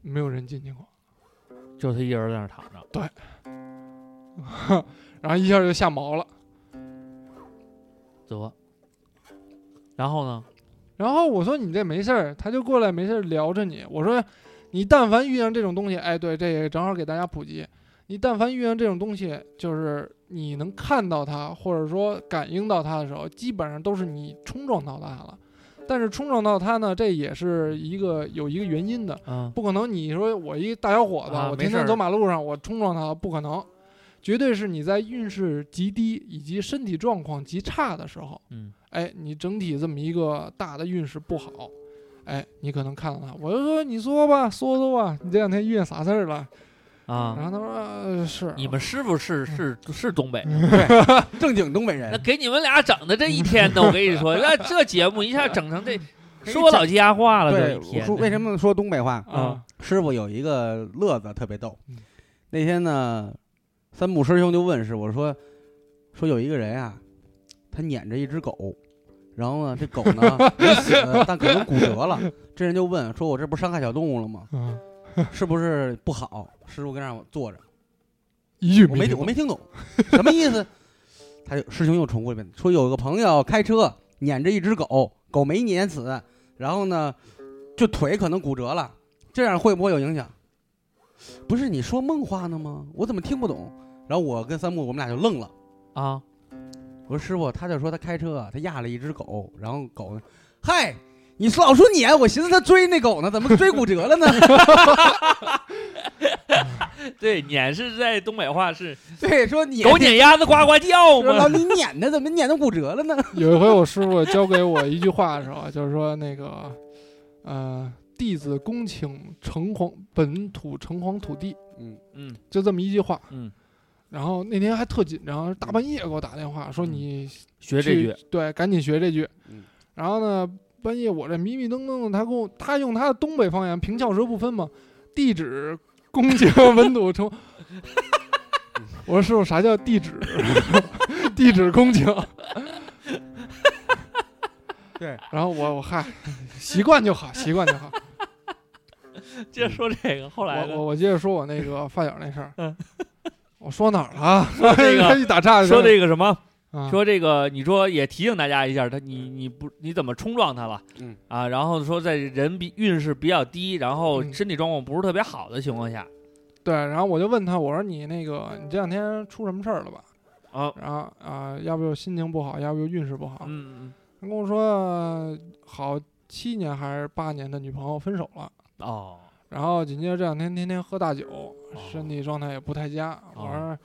C: 没有人进去过，
B: 就他一人在那儿躺着，
C: 然后一下就吓毛了。
B: 得。然后呢？
C: 然后我说你这没事儿，他就过来没事儿聊着你。我说你但凡遇上这种东西，哎，对，这也正好给大家普及，你但凡遇上这种东西，就是你能看到它或者说感应到它的时候，基本上都是你冲撞到它了。但是冲撞到它呢，这也是一个有一个原因的。
B: 嗯，
C: 不可能，你说我一大小伙子，
B: 啊
C: 我
B: 没
C: 天
B: 事儿
C: 天走马路上，我冲撞他，不可能，绝对是你在运势极低以及身体状况极差的时候，
B: 嗯，
C: 哎，你整体这么一个大的运势不好，哎，你可能看到他。我就说你说吧，说说吧，你这两天遇见啥事儿了？然
B: 啊，
C: 后他说、呃、是，
B: 你们师傅是
A: 嗯
B: 是是东北的，
A: 正经东北
B: 那
A: 人，
B: 给你们俩整的这一天呢，我跟你 (laughs) 说，那这节目一下整成这，说老鸡鸭话了，
A: 对，
B: 这一
A: 我
B: 天嗯
A: 说为什么说东北话？
C: 啊
A: (laughs) 师傅有一个乐子特别逗
C: 嗯。
A: 那天呢，三木师兄就问师傅说：“说有一个人啊，他撵着一只狗，然后呢，这狗
B: (laughs)
A: 呢没死，但可能骨折了。这人就问说：‘我这不伤害小动物了吗？
C: 嗯，
A: 是不是不好？’师傅跟那儿坐着，
C: 一句
A: 我没
C: 听
A: 懂，我没听懂，什么意思？他就师兄又重复一遍，说有个朋友开车撵着一只狗，狗没撵死，然后呢，就腿可能骨折了，这样会不会有影响？不是你说梦话呢吗？我怎么听不懂？然后我跟三木我们俩就愣了。
B: 啊？
A: 我说师傅，他就说他开车啊，他压了一只狗，然后狗呢，嗨，你说老说撵，我寻思他追那狗呢，怎么追骨折了呢？
B: (laughs)
A: (laughs)
B: 对，撵是在东北话是
A: 对，说撵
B: 狗撵鸭子呱呱叫
A: 说老
B: 嘛，
A: 你撵的怎么撵的骨折了呢？
C: 有一回我师傅教给我一句话的时候，啊就是说那个，呃，弟子恭请城隍本土城隍土地，
A: 嗯
B: 嗯
C: 就这么一句话。
B: 嗯，
C: 然后那天还特紧张，大半夜给我打电话说
B: 嗯
C: 你
B: 学这
C: 去
B: 句，
C: 对，赶紧学这句。
A: 嗯
C: 然后呢，半夜我这迷迷瞪瞪的，他跟我他用他的东北方言，平翘舌不分嘛，地址恭请本土城。我说师傅，啥叫地址？地址恭请。
A: 对，
C: 然后我我嗨，习惯就好，习惯就好。
B: (laughs) 接着说这个，后来
C: 我
B: 呢
C: 我我接着说我那个发小那事儿
B: 嗯。
C: (laughs) 我说哪儿了啊？
B: (laughs) 说这
C: (laughs)
B: 个
C: 一打岔就
B: (laughs) 说这个什么，
A: 嗯
C: 啊
B: 说这个，你说也提醒大家一下，他你你不你怎么冲撞他了？
A: 嗯
B: 啊，然后说在人比运势比较低，然后
C: 嗯
B: 身体状况不是特别好的情况下，
C: 对，然后我就问他，我说你那个你这两天出什么事儿了吧？
B: 啊，
C: 然后啊、要不就心情不好，要不就运势不好。
B: 嗯，
C: 他跟我说、呃好七年还是八年的女朋友分手了，
B: 哦，
C: 然后紧接着这两天天天喝大酒，身体状态也不太佳。
B: 哦
C: 我说、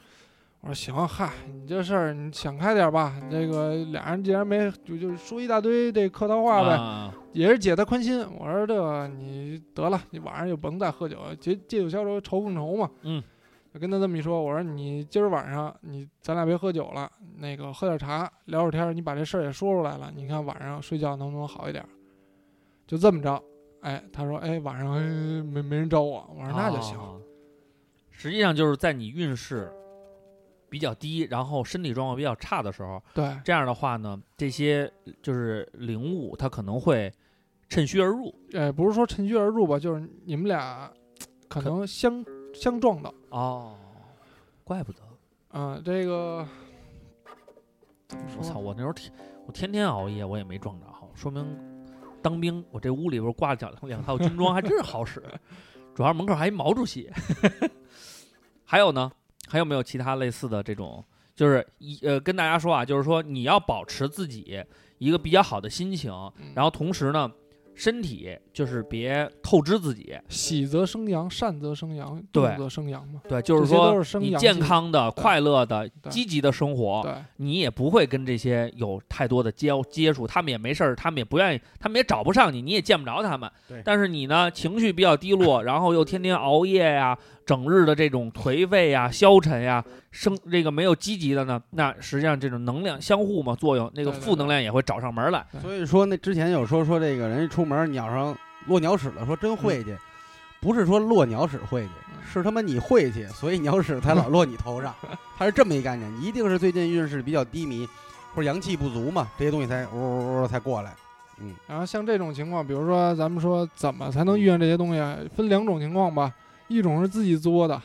C: 我说行，嗨，你这事儿你想开点儿吧。你这个俩人既然没就就说一大堆这客套话呗，
B: 啊
C: 也是解他宽心。我说这个你得了，你晚上就甭再喝酒，借借酒消愁，愁更愁嘛。
B: 嗯，
C: 就跟他这么一说，我说你今儿晚上你咱俩别喝酒了，那个喝点茶聊会儿天儿，你把这事儿也说出来了，你看晚上睡觉能不能好一点儿？就这么着。哎，他说，哎，晚上、哎没没人找我，我说那就行。
B: 哦实际上就是在你运势比较低，然后身体状况比较差的时候，
C: 对
B: 这样的话呢，这些就是灵物，它可能会趁虚而入
C: 呃，不是说趁虚而入吧，就是你们俩可能相相撞到。
B: 哦，怪不得
C: 嗯、这个怎么说
B: 我
C: 呢？
B: 操！我那时候天我天天熬夜，我也没撞着，说明当兵我这屋里边挂两两套军装还真是好使，主要门口还一毛主席。 (laughs) 还有呢，还有没有其他类似的这种？就是一呃，跟大家说啊，就是说你要保持自己一个比较好的心情，然后同时呢，身体就是别透支自己。
C: 喜则生阳，善则生阳，
B: 对
C: 动则生阳嘛。
B: 对，就是
C: 这些
B: 说
C: 都是生
B: 你
C: 阳
B: 健
C: 气
B: 康的、
C: 对
B: 快乐的、
C: 对
B: 积极的生活，
C: 对，
B: 你也不会跟这些有太多的接接触，他们也没事儿，他们也不愿意，他们也找不上你，你也见不着他们
A: 对。
B: 但是你呢，情绪比较低落，然后又天天熬夜呀、整日的这种颓废呀、消沉呀、生这个没有积极的呢，那实际上这种能量相互嘛作用，那个
C: 对对
B: 负能量也会找上门来。
A: 所以说那之前有说说这个人一出门鸟上落鸟屎了，说真
C: 嗯
A: 晦气，不是说落鸟屎晦气，是他妈你晦气，所以鸟屎才老落你头
C: (laughs)
A: 上，他是这么一概念，一定是最近运势比较低迷或者阳气不足嘛，这些东西才呜呜呜才过来。
C: 然后像这种情况，比如说咱们说怎么才能遇上这些东西啊，分两种情况吧，一种是自己作的，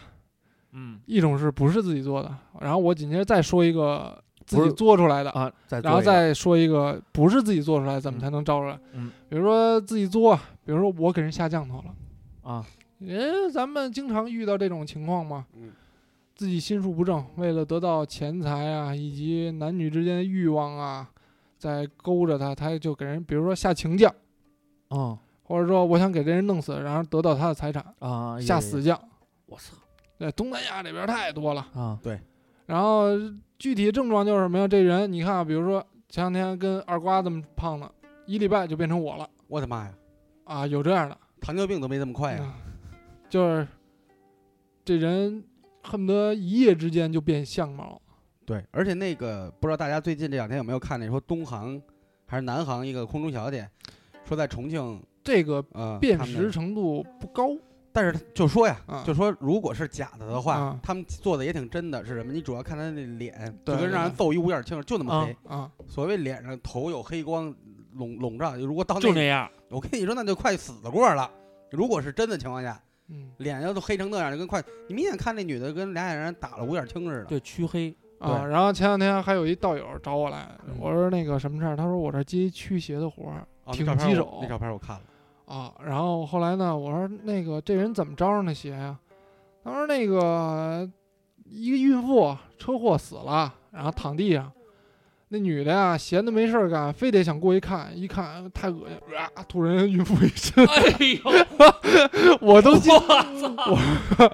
B: 嗯
C: 一种是不是自己做的。然后我紧接着再说一个自
B: 不
C: 己
B: 是
C: 做出来的，
B: 啊，再
C: 然后
B: 做一个
C: 再说一个不是自己做出来怎么
B: 嗯
C: 才能招出来。
B: 嗯
C: 比如说自己做，比如说我给人下降头了，
B: 啊，
C: 诶，咱们经常遇到这种情况嘛。
A: 嗯
C: 自己心术不正，为了得到钱财啊，以及男女之间的欲望啊，在勾着他，他就给人，比如说下情将。
B: 嗯
C: 或者说我想给这人弄死，然后得到他的财产，
B: 啊，
C: 下
B: 也
C: 死，将，
B: 我操
C: 在东南亚这边太多了。 (laughs)
B: 啊，
C: 然后具体症状就是什么呀？这人你看啊，比如说前两天跟二瓜这么胖的，一礼拜就变成我了
A: 我的妈呀，
C: 啊，有这样的，
A: 糖尿病都没这么快哎啊呀！
C: 嗯就是这人恨不得一夜之间就变相貌，
A: 对，而且那个不知道大家最近这两天有没有看那说东航还是南航一个空中小姐，说在重庆
C: 这个
A: 呃
C: 辨
A: 他们
C: 识程度不高。
A: 但是他就说呀，
C: 啊
A: 就说如果是假的的话，
C: 啊
A: 他们做的也挺真的，是什么？你主要看他那脸，
C: 对
A: 就跟让人揍一五眼青，就那么黑。
C: 啊，
A: 所谓脸上头有黑光笼笼罩，如果到
B: 就
A: 那
B: 那样，
A: 我跟你说，那就快死过了。如果是真的情况下，
C: 嗯
A: 脸要都黑成那样，就跟快你明显看那女的跟俩眼人打了五眼青似的。
B: 对，黢黑，
C: 啊，
A: 对
C: 然后前两天还有一道友找我来
B: 嗯，
C: 我说那个什么事儿，他说我这接一驱邪的活儿，
A: 哦
C: 挺
A: 那照片
C: 棘
A: 我
C: 手
A: 那照片我看了，
C: 啊，然后后来呢，我说那个这人怎么招上的邪呀、他说那个一个孕妇车祸死了，然后躺地上，那女的呀闲的没事儿干，非得想过去看，一看太恶心，啊、吐人孕妇一
B: (laughs)
C: 身，
B: 哎呦。
C: 我都惊 (laughs)
B: (laughs) 我操！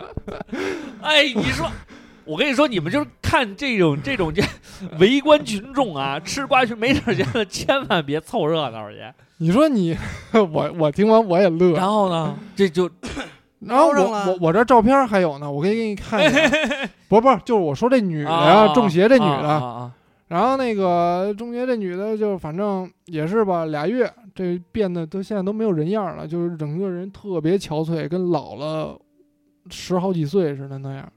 B: 哎，你说，我跟你说，你们就是看这种这种这围观群众啊，吃瓜群没事儿 (laughs) 闲的，千万别凑热闹去。
C: 你说你，我我听完我也乐，
B: 然后呢，这就
C: 然后
A: 招
C: 我
A: 上了
C: 我我这照片儿还有呢，我可以给你看一下，不是不是，就是我说这女的呀，中邪这女的。
B: 啊啊
C: 然后那个中学这女的就反正也是吧，俩月这变得都现在都没有人样了，就是整个人特别憔悴，跟老了十好几岁似的那样。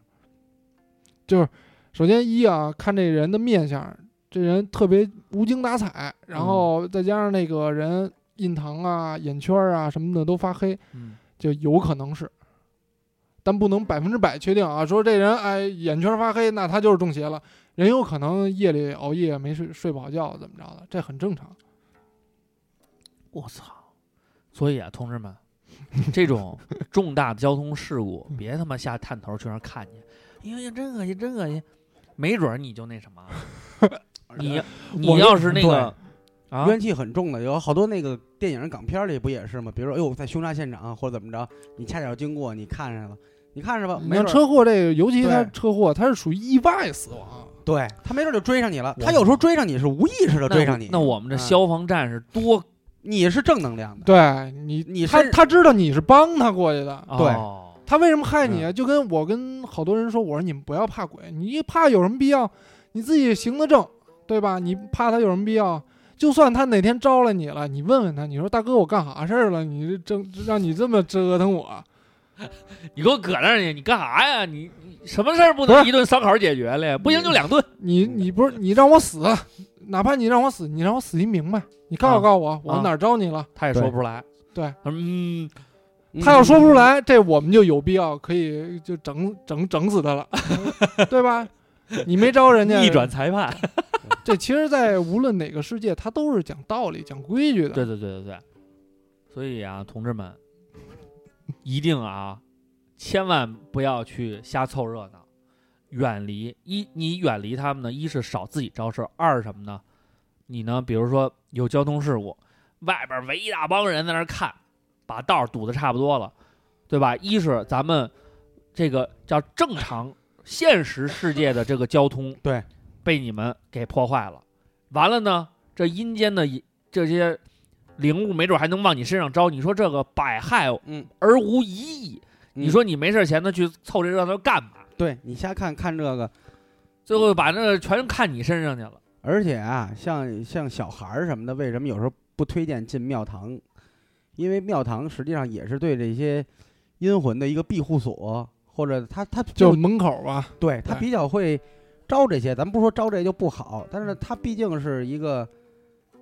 C: 就是首先一啊，看这人的面相，这人特别无精打采，然后再加上那个人印堂啊、眼圈啊什么的都发黑，
B: 嗯
C: 就有可能是，但不能百分之百确定啊。说这人哎眼圈发黑，那他就是中邪了。人有可能夜里熬夜没睡睡不好觉，怎么着的，这很正常。
B: 我操！所以啊，同志们， (laughs) 这种重大的交通事故，别他妈下探头去那儿看去，因为真恶心，真恶心，没准儿你就那 (laughs) 什么，你你
A: 我
B: 要是那个啊，
A: 呃怨气很重的，有好多那个电影港片里不也是吗？比如说，哎呦，在凶杀现场或者怎么着，你恰巧经过，你看上了，你看上吧，
C: 你
A: 哦没
C: 看
A: 准儿
C: 车祸这个，尤其他
A: 对
C: 车祸，他是属于意外死亡，
A: 对他没准儿就追上你了。
B: 我
A: 他有时候追上你是无意识的
B: 啊那
A: 追上你，
B: 那我们这
A: 嗯
B: 消防战士多
A: 你是正能量的，
C: 对你，
A: 你
C: 他
A: 是
C: 他知道你是帮他过去的，
A: 对
B: 哦
C: 他为什么害你？啊就跟我跟好多人说，我说你们不要怕鬼，你怕有什么必要？你自己行得正，对吧？你怕他有什么必要？就算他哪天招了你了，你问问他，你说大哥，我干啥事儿了？你这正让你这么折腾我？
B: 你给我搁那儿去，你干啥呀？你你什么事儿不
C: 不
B: 能
C: 是
B: 一顿烧烤解决了呀？不行就两顿。
C: 你你不是你让我死，啊哪怕你让我死，你让我死一明白，你告诉
B: 啊
C: 告诉我，我
B: 啊
C: 哪儿招你了？
B: 他也说不出来。
C: 对
B: 他说，嗯，
A: 嗯
C: 他要说不出，来，这我们就有必要可以就整整整死他了，对吧？你没招人家，
B: 逆转裁判。
C: 这其实，在无论哪个世界，它都是讲道理、讲规矩的。
B: 对对对对对。所以啊，同志们，一定啊，千万不要去瞎凑热闹，远离一你远离他们呢，一是少自己招事儿，二是什么呢？你呢，比如说有交通事故，外边围一大帮人在那儿看，把道儿堵得差不多了，对吧？一是咱们这个叫正常现实世界的这个交通
A: 对
B: 被你们给破坏了，完了呢，这阴间的一这些灵物没准还能往你身上招，你说这个百害
A: 嗯，
B: 而无一益。你
A: 嗯
B: 说你没事儿闲的去凑这热闹干嘛？
A: 对你瞎看看这个，
B: 最后把那全看你身上去了。
A: 而且啊，像像小孩儿什么的，为什么有时候不推荐进庙堂？因为庙堂实际上也是对这些阴魂的一个庇护所，或者他他就
C: 就门口吧，
A: 对他
C: 对
A: 比较会招这些，咱不说招这就不好，但是他毕竟是一个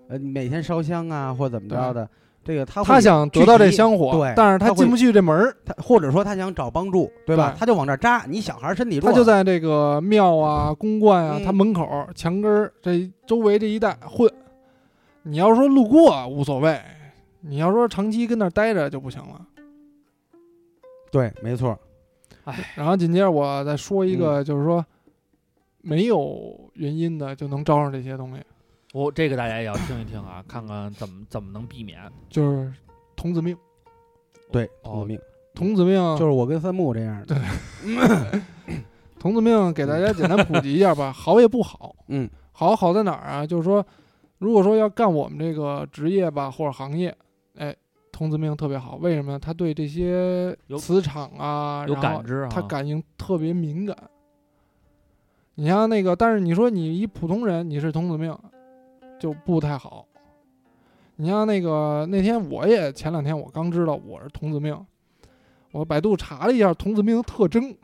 A: 呃每天烧香啊或怎么着的，这个他
C: 他
A: 会
C: 想得到这香
A: 聚集
C: 火
A: 对，
C: 但是
A: 他会
C: 进不去这门儿，
A: 他或者说他想找帮助，对吧？
C: 对
A: 他就往这儿扎，你小孩儿身体弱，
C: 他就在这个庙啊、公观啊，
A: 嗯
C: 他门口墙根儿这周围这一带混。你要说路过无所谓，你要说长期跟那儿待着就不行了。
A: 对，没错，
C: 然后紧接着我再说一
A: 嗯
C: 个，就是说没有原因的就能招上这些东西，
B: 我、这个大家也要听一听啊，看看怎么怎么能避免。
C: 就是童子命。
A: 对，
B: 哦
A: 我明
C: 童子命
A: 哦就是我跟三木这样的，
C: 童子命给大家简单普及一下
A: (laughs)
C: 吧，好也不好。
A: 嗯，
C: 好好在哪儿啊？就是说，如果说要干我们这个职业吧或者行业，哎，童子命特别好。为什么呢？他对这些
B: 有
C: 磁场啊，
B: 有
C: 然后
B: 感知啊，
C: 他感应特别敏感。你像那个，但是你说你一普通人，你是童子命，就不太好。你像那个那天我也前两天我刚知道我是童子命，我百度查了一下童子命的特征，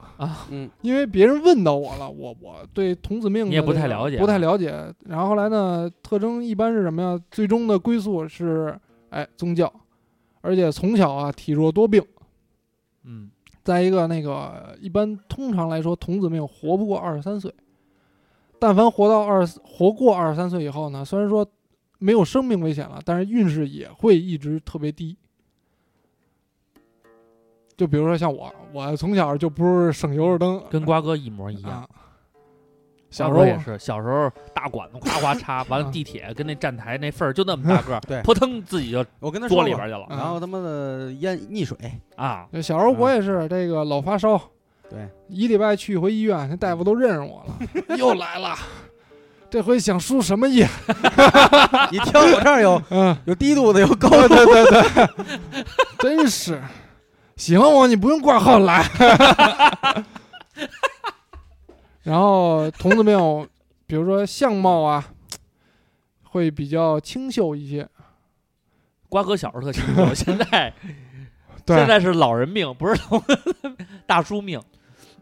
A: 嗯
C: 因为别人问到我了，我我对童子命的
B: 你也不
C: 这个
B: 太了解
C: 不太
B: 啊
C: 了解。然后后来呢，特征一般是什么呀？最终的归宿是哎宗教，而且从小啊体弱多病。
B: 嗯，
C: 再一个，那个一般通常来说，童子命活不过二十三岁。但凡活到二十活过二十三岁以后呢，虽然说没有生命危险了，但是运势也会一直特别低。就比如说像我，我从小就不是省油的灯，
B: 跟瓜哥一模一样。
C: 啊，小时
B: 瓜哥也
C: 候
B: 是，小时候大管子夸夸插，完了
C: 啊
B: 地铁跟那站台那份儿就那么大
C: (laughs)
B: 个儿，
A: 对
B: 扑腾自己就
A: 我跟他说
B: 坐
A: 过
B: 里边去了
C: 啊
A: 然后他妈的淹溺
C: (laughs)
A: 水，
B: 啊！
C: 就小时候我也是这个老发烧，
A: 对，
C: 一礼拜去一回医院，那大夫都认识我了， (laughs) 又来了，这回想输什么液？
A: 你听我这儿有
C: 嗯。
A: 有低度的，有高
C: 对
A: 度的，
C: 对对对，真是喜欢我，你不用挂号来。 (laughs) 然后童子命，比如说相貌啊，会比较清秀一些。
B: 瓜哥小时候特清
C: (laughs)
B: 楚，现在
C: 对，
B: 现在是老人命，不是老 (laughs) 大叔命，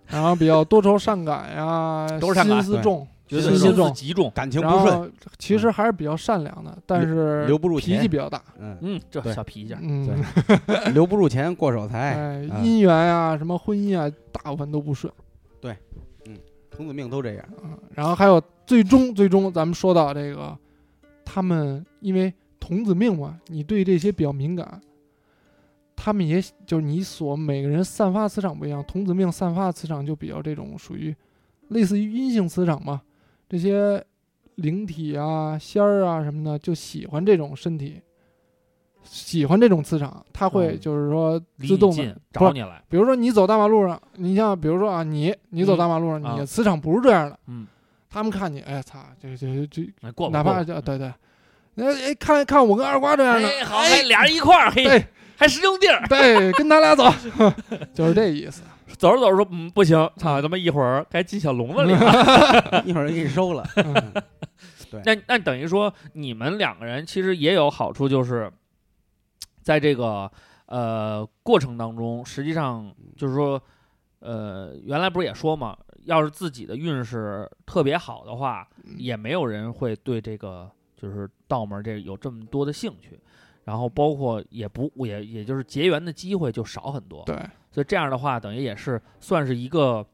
C: 然后比较多愁善感呀、
B: 多愁善
C: 心
B: 感
C: 思重，
B: 觉
A: 心
B: 得
A: 思
B: 心思
C: 重
B: 极重。
A: 感情
C: 然
A: 不顺，
C: 后其实还是比较善良的，但是
A: 留不住
C: 脾气
A: 钱，
C: 比较大。
A: 嗯，
B: 嗯，这
A: 对
B: 小脾气，
C: 嗯，
A: 对，留不住钱过手财，
C: 哎，
A: 啊
C: 姻缘啊，什么婚姻啊，大部分都不顺。
A: 童子命都这样，
C: 嗯，然后还有最终最终，咱们说到这个，他们因为童子命嘛，你对这些比较敏感，他们也就是你所每个人散发磁场不一样，童子命散发磁场就比较这种属于类似于阴性磁场嘛，这些灵体啊、仙儿啊什么的就喜欢这种身体。喜欢这种磁场，他会
B: 嗯
C: 就是说
B: 离
C: 自
B: 你
C: 动的
B: 近
C: 不
B: 找
C: 是
B: 你来，
C: 比如说你走大马路上，你像比如说啊，你你走大马路上，
B: 嗯
C: 你
B: 啊
C: 的磁场不是这样的，
B: 嗯，
C: 他们看你，哎操，这这这，
B: 哎过吧
C: 哪怕
B: 过
C: 就
B: 吧
C: 对对，哎哎，看看我跟二瓜这样的，
B: 哎，好，还
C: 哎
B: 俩人一块儿，嘿，
C: 对
B: 还师兄弟儿。
C: 对，跟他俩走， (laughs) 就是这意思。
B: 走着走着说，嗯，不行，操他妈一会儿该进小笼子 (laughs) 里了。
A: 一会儿给你收了，
C: 嗯
B: 那那等于说，你们两个人其实也有好处，就是在这个呃过程当中，实际上就是说，呃，原来不是也说嘛，要是自己的运势特别好的话，
C: 嗯
B: 也没有人会对这个就是道门这有这么多的兴趣，然后包括也不也也就是结缘的机会就少很多。
C: 对，
B: 所以这样的话，等于也是算是一个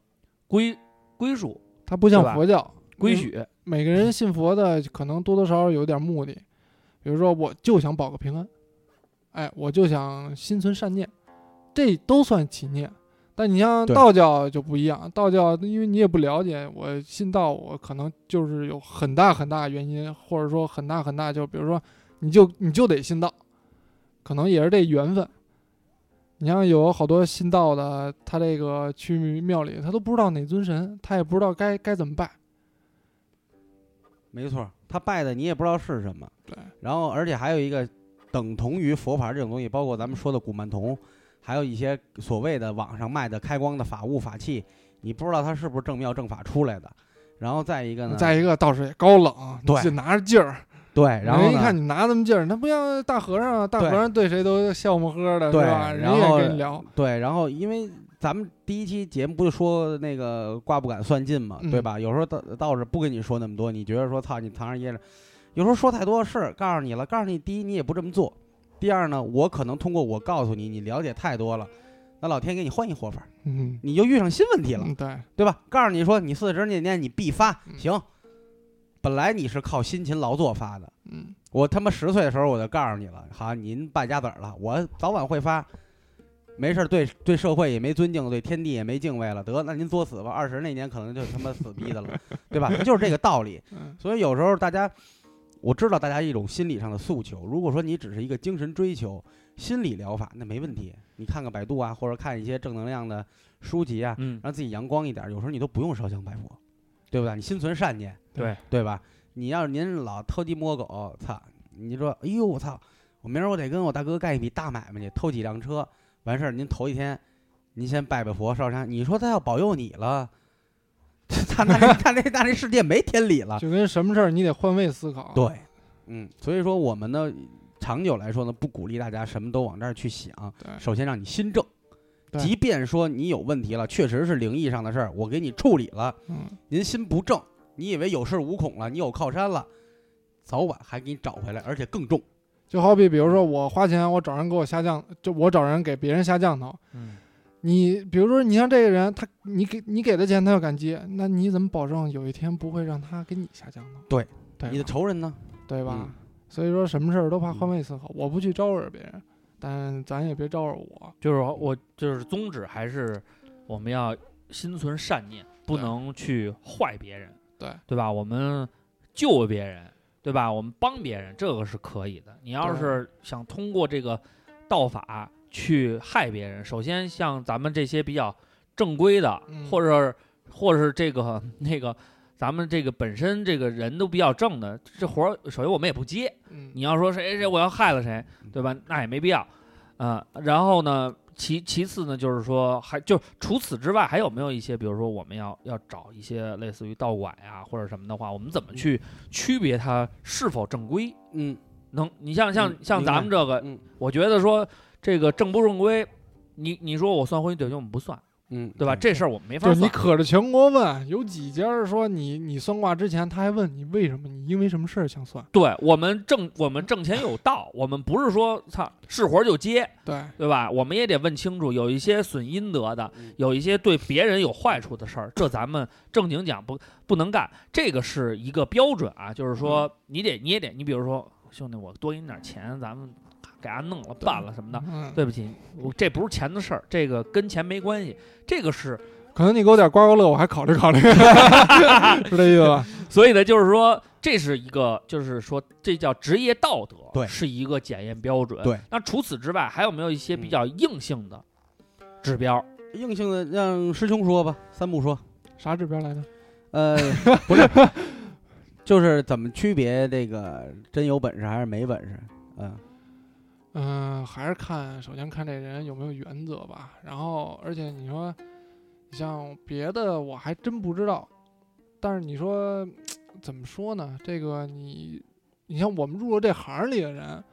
B: 归归属
C: 他不
B: 对吧
C: 像佛教
B: 归
C: 嗯
B: 许。
C: 每个人信佛的可能多多少少有点目的，比如说我就想保个平安，哎，我就想心存善念，这都算起念。但你像
A: 对
C: 道教就不一样，道教因为你也不了解，我信道我可能就是有很大很大原因，或者说很大很大，就比如说你就你就得信道，可能也是这缘分。你像有好多信道的，他这个去庙里，他都不知道哪尊神，他也不知道该该怎么拜。
A: 没错，他拜的你也不知道是什么。
C: 对，
A: 然后而且还有一个等同于佛牌这种东西，包括咱们说的古曼童，还有一些所谓的网上卖的开光的法物法器，你不知道它是不是正庙正法出来的。然后再一个呢，
C: 再一个道士也高冷，
A: 对
C: 就拿着劲儿，
A: 对，然后
C: 人一
A: 呢
C: 看你拿那么劲儿，那不像大和尚啊，大和尚对谁都笑呵呵的，是
A: 对
C: 吧？人
A: 然后
C: 也跟你聊，
A: 对，然后因为咱们第一期节目不就说那个卦不敢算尽嘛，
C: 嗯
A: 对吧？有时候道道士不跟你说那么多，你觉得说操你堂上掖着，有时候说太多是告诉你了，告诉你第一你也不这么做，第二呢，我可能通过我告诉你，你了解太多了，那老天给你换一活法，
C: 嗯，
A: 你就遇上新问题了，
C: 嗯对，
A: 对吧？告诉你说你四十那年你必发，
C: 嗯
A: 行，本来你是靠辛勤劳作发的，
C: 嗯，
A: 我他妈十岁的时候我就告诉你了，好，您败家子儿了，我早晚会发。没事儿，对对社会也没尊敬，对天地也没敬畏了，得，那您作死吧。二十那年可能就他妈死逼的了，对吧？就是这个道理。
C: 嗯
A: 所以有时候大家，我知道大家一种心理上的诉求。如果说你只是一个精神追求、心理疗法，那没问题。你看看百度啊，或者看一些正能量的书籍啊，
B: 嗯，
A: 让自己阳光一点儿。有时候你都不用烧香拜佛，对不对？你心存善念，
B: 对
A: 对吧？你要是您老偷鸡摸狗，操！你说，哎呦，我操！我明儿我得跟我大哥干一笔大买卖去，偷几辆车，完事儿您头一天，您先拜拜佛烧香，你说他要保佑你了， (laughs) 他那那那那这世界没天理了。
C: 就跟什么事儿你得换位思考，
A: 啊对，啊嗯，所以说我们呢，长久来说呢，不鼓励大家什么都往这儿去想。
C: 对
A: 首先让你心正，
C: 对
A: 即便说你有问题了，确实是灵异上的事儿，我给你处理了，
C: 嗯，
A: 您心不正，你以为有恃无恐了，你有靠山了，早晚还给你找回来，而且更重。
C: 就好比比如说我花钱，我找人给我下降，就我找人给别人下降头，
B: 嗯
C: 你比如说你像这个人，他你给你给他钱，他要敢接，那你怎么保证有一天不会让他给你下降头？
A: 对，啊
C: 对吧，
A: 你的仇人呢？
C: 对吧？
A: 嗯
C: 所以说什么事儿都怕换位思考，我不去招惹别人，但咱也别招惹我，
B: 就是我我就是宗旨还是我们要心存善念，不能去坏别人，
C: 对
B: 对吧？我们救别人，对吧？我们帮别人，这个是可以的。你要
C: 对
B: 是想通过这个道法去害别人，首先像咱们这些比较正规的，
C: 嗯
B: 或者或者是这个 (laughs) 那个。咱们这个本身这个人都比较正的，这活儿首先我们也不接，
C: 嗯
B: 你，要说谁谁谁我要害了谁，
A: 嗯
B: 对吧？那也没必要，啊、然后呢，其其次呢，就是说还就除此之外，还有没有一些，比如说我们要要找一些类似于道馆呀、或者什么的话，我们怎么去区别它是否正规？
A: 嗯，
B: 能，你像像
A: 嗯
B: 像
A: 明白
B: 咱们这个，
A: 嗯
B: 我觉得说这个正不正规，你你说我算婚姻对我们不算，
A: 嗯，
B: 对吧？这事儿我们没
C: 就
B: 法
C: 是你
B: 算。
C: 可着全国问，有几家儿说你你算卦之前，他还问你为什么，你因为什么事儿想算？
B: 对我们挣我们挣钱有道，我们不是说操是活儿就接，
C: 对，
B: 对吧？我们也得问清楚，有一些损阴德的
A: 嗯，
B: 有一些对别人有坏处的事儿，这咱们正经讲不不能干。这个是一个标准啊，就是
A: 嗯
B: 说你得你也得，你比如说兄弟，我多给你点钱，咱们给俺弄了办了什么的。
C: 嗯，
B: 对不起，我这不是钱的事儿，这个跟钱没关系，这个是
C: 可能你给我点刮刮乐，我还考虑考 (laughs) 虑，是这意思 (laughs) 吧？
A: 嗯
B: 所以呢，就是说，这是一个，就是说，这叫职业道德，
A: 对
B: 是一个检验标准。
A: 对，嗯
B: 那除此之外，还有没有一些比较硬性的指标？
A: 硬性的让师兄说吧，三不说。
C: 啥指标来着？
A: (laughs) 呃，不是，就是怎么区别这个真有本事还是没本事？嗯，
C: 嗯、还是看，首先看这人有没有原则吧。然后，而且你说，你像别的我还真不知道，但是你说怎么说呢？这个你，你像我们入了这行里的人，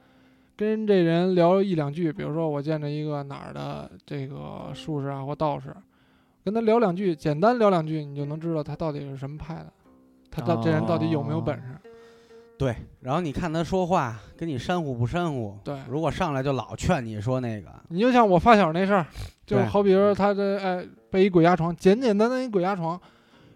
C: 跟这人聊一两句，比如说我见着一个哪儿的这个术士啊或道士，跟他聊两句，简单聊两句，你就能知道他到底是什么派的，他到这人到底有没有本事。
A: 对。然后你看他说话跟你煽乎不煽乎？
C: 对
A: 如果上来就老劝你说那个，
C: 你就像我发小那事儿，就
A: 对
C: 好比说他这哎被一鬼压床，简简单单一鬼压床，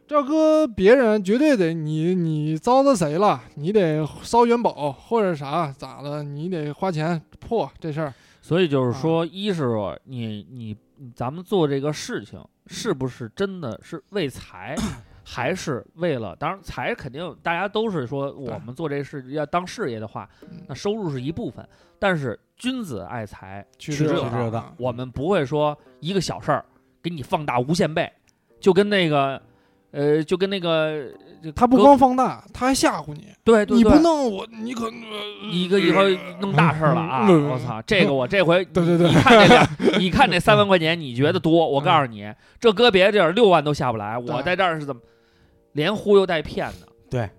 C: 这要搁别人绝对得你你糟蹋谁了，你得烧元宝或者啥咋的，你得花钱破这事儿。
B: 所以就是说，一是你你咱们做这个事情是不是真的是为财，还是为了？当然，财肯定大家都是说我们做这事要当事业的话，那收入是一部分，但是君子爱财，
C: 取啊
B: 之有
A: 道
C: 道
A: 道
B: 我们不会说一个小事儿给你放大无限倍，就跟那个。呃，就跟那个，就
C: 他不
B: 隔
C: 光放大，他还吓唬你，
B: 对对对，
C: 你不弄我，你可呃
B: 一个以后弄大事儿了啊！
C: 嗯嗯
B: 我操，这个我这回
C: 对对对
B: 你看
A: (laughs)
B: 这两，你看这三万块钱，你觉得
A: 嗯
B: 多？我告诉你，这搁别的地儿六万都下不来，我
C: 对
B: 在这儿是怎么连忽悠带骗的？
A: 对，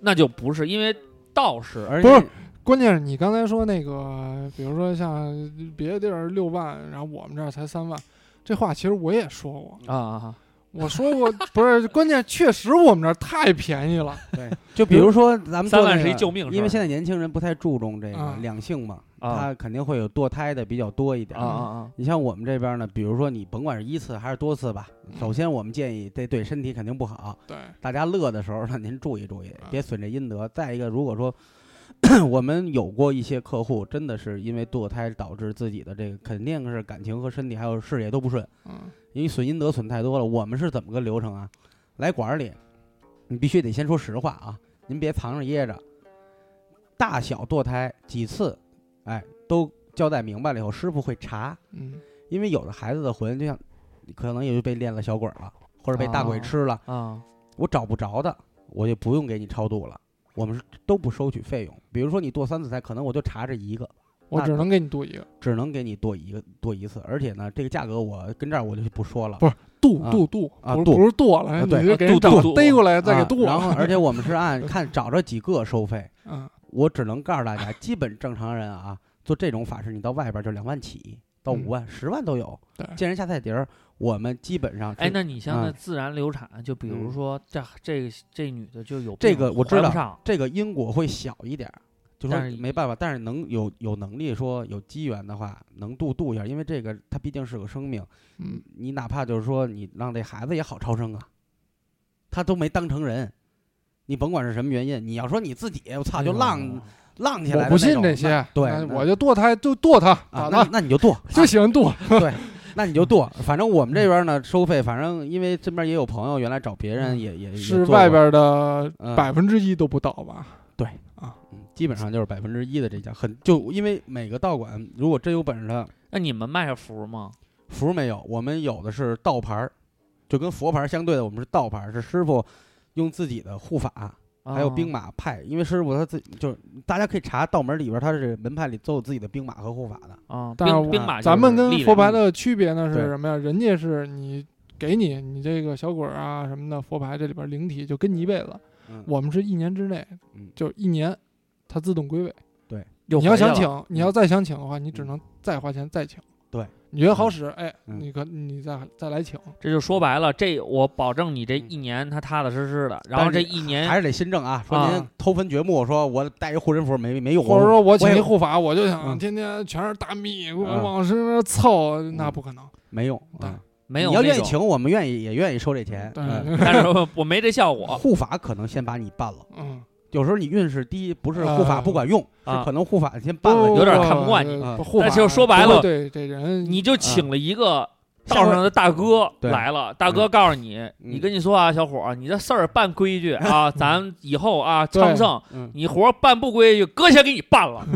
B: 那就不是因为道士，
A: 而
C: 不
A: 且
C: 是关键是你刚才说那个，比如说像别的地儿六万，然后我们这儿才三万，这话其实我也说过，
A: 嗯
B: 啊啊，
C: 我说过不是，关键确实我们这儿太便宜了，
A: 就比如说咱们
B: (laughs) 三
A: 做
B: 万
A: 那
B: 是一
A: 个
B: 救命事儿
A: 因为现在年轻人不太注重这个
C: 啊
A: 两性嘛，
B: 啊
A: 他肯定会有堕胎的比较多一点
B: 啊啊。啊！
A: 你像我们这边呢，比如说你甭管是一次还是多次吧，
B: 嗯
A: 首先我们建议这对身体肯定不好，
C: 对，
A: 大家乐的时候呢，您注意注意
C: 啊，
A: 别损这阴德。再一个，如果说 (coughs) 我们有过一些客户真的是因为堕胎导致自己的这个，肯定是感情和身体还有事业都不顺，
C: 嗯，
A: 因为损阴德损太多了。我们是怎么个流程啊？来馆儿里，你必须得先说实话啊，您别藏着掖着。大小堕胎几次，哎，都交代明白了以后，师傅会查，
C: 嗯，
A: 因为有的孩子的魂就像可能也就被练了小鬼儿了，或者被大鬼
B: 哦
A: 吃了。
B: 啊，
A: 我找不着的，我就不用给你超度了。我们是都不收取费用。比如说你剁三次胎，可能我就查这一个，
C: 我
A: 那
C: 只能给你度一个，
A: 只能给你剁一个剁一次。而且呢，这个价格我跟这儿我就不说了。
C: 不度
A: 啊
C: 度度，
A: 啊
C: 不是
A: 度
C: 不是剁了，
A: 对
C: 你就给人
B: 啊
C: 找
B: 度度
C: 逮过来再给
A: 啊
C: 剁，
A: 然
C: (laughs)
A: 后，而且我们是按看找着几个收费。
C: 嗯，
A: 我只能告诉大家，基本正常人啊，做这种法事，你到外边就两万起，到五万、十万都有
C: 嗯对。
A: 见人下菜碟儿，我们基本上是
B: 哎，那你像那
A: 嗯
B: 自然流产，就比如说这这这女的就有
A: 这
B: 病
A: 个我知
B: 怀不
A: 道
B: 上
A: 这个因果会小一点儿，就说
B: 但是
A: 没办法，但是能有有能力说有机缘的话，能度度一下，因为这个它毕竟是个生命。
C: 嗯，
A: 你哪怕就是说你让这孩子也好超生啊，他都没当成人，你甭管是什么原因，你要说你自己，我操，
B: 哎
A: 啊就
B: 呦
A: 浪、浪起来的
C: 我不
A: 那
C: 信
A: 种
C: 这些
A: 那，对
C: 那
A: 那
C: 我就剁他，就剁他，
A: 啊
C: 打，
A: 那哎
C: 他，
A: 那你就剁， (laughs)
C: 就喜欢剁，
A: 那你就剁。反正我们这边呢，收费，反正因为身边也有朋友原来找别
B: 嗯
A: 人也也也
C: 是
A: 做过
C: 外边的
A: 嗯
C: 百分之一都不到吧？
A: 嗯基本上就是百分之一的这价，很就因为每个道馆如果真有本事的
B: 那你们卖符吗？
A: 符没有，我们有的是道牌儿，就跟佛牌儿相对的，我们是道牌儿，是师傅用自己的护法，还有
B: 啊
A: 兵马派，因为师傅他自己就是大家可以查道门里边，他是门派里都有自己的兵马和护法的。
B: 啊，
C: 但是
B: 兵
C: 我
B: 兵马就是
C: 咱们跟
B: 力量
C: 佛牌的区别呢是
A: 对
C: 什么呀？人家是你给你你这个小鬼儿啊什么的佛牌，这里边灵体就跟你一辈子。
A: 嗯，
C: 我们是一年之内
A: 嗯，
C: 就一年，它自动归位。
B: 又
C: 你要
B: 回去
C: 想
B: 了嗯
C: 请，你要再想请的话，你只能再花钱再请。
A: 对，
C: 你觉得好使，哎，
A: 嗯
C: 你可你再再来请。
B: 这就说白了，这我保证你这一年他踏踏实实的，然后这
A: 嗯但是
B: 一年
A: 还是得新政啊，说您
C: 啊
A: 偷坟掘墓，说我带一护身符没没用，
C: 或者说我
A: 我
C: 请
A: 也
C: 一护法，我就想
A: 嗯
C: 天天全是大蜜，我
A: 嗯
C: 往身上凑，
B: 嗯
C: 那不可能。
A: 没用。
C: 对
A: 啊
B: 没有
A: 你要
B: 那
A: 愿意
B: 种 (laughs)
A: 请，我们愿意也愿意收这钱。
C: 对，
A: 嗯
B: 但是我没这效果
A: 护法可能先把你办了，
C: 嗯，
A: 有时候你运势低，不是护法
C: 呃
A: 不管用，
B: 啊
A: 是可能护法先办了
C: 不
A: 你。
B: 有点看不惯你嗯
C: 呃
A: 啊
C: 护法
B: 但就说白了
C: 不对这人
B: 你就请了一个道上的大哥
A: 对
B: 来了，大哥告诉你，你跟你说啊，小伙儿，你这事儿办规矩 (laughs) 啊，咱以后啊
C: 对
B: 昌盛，
A: 嗯，
B: 你活儿办不规矩，哥先给你办 (laughs) 了。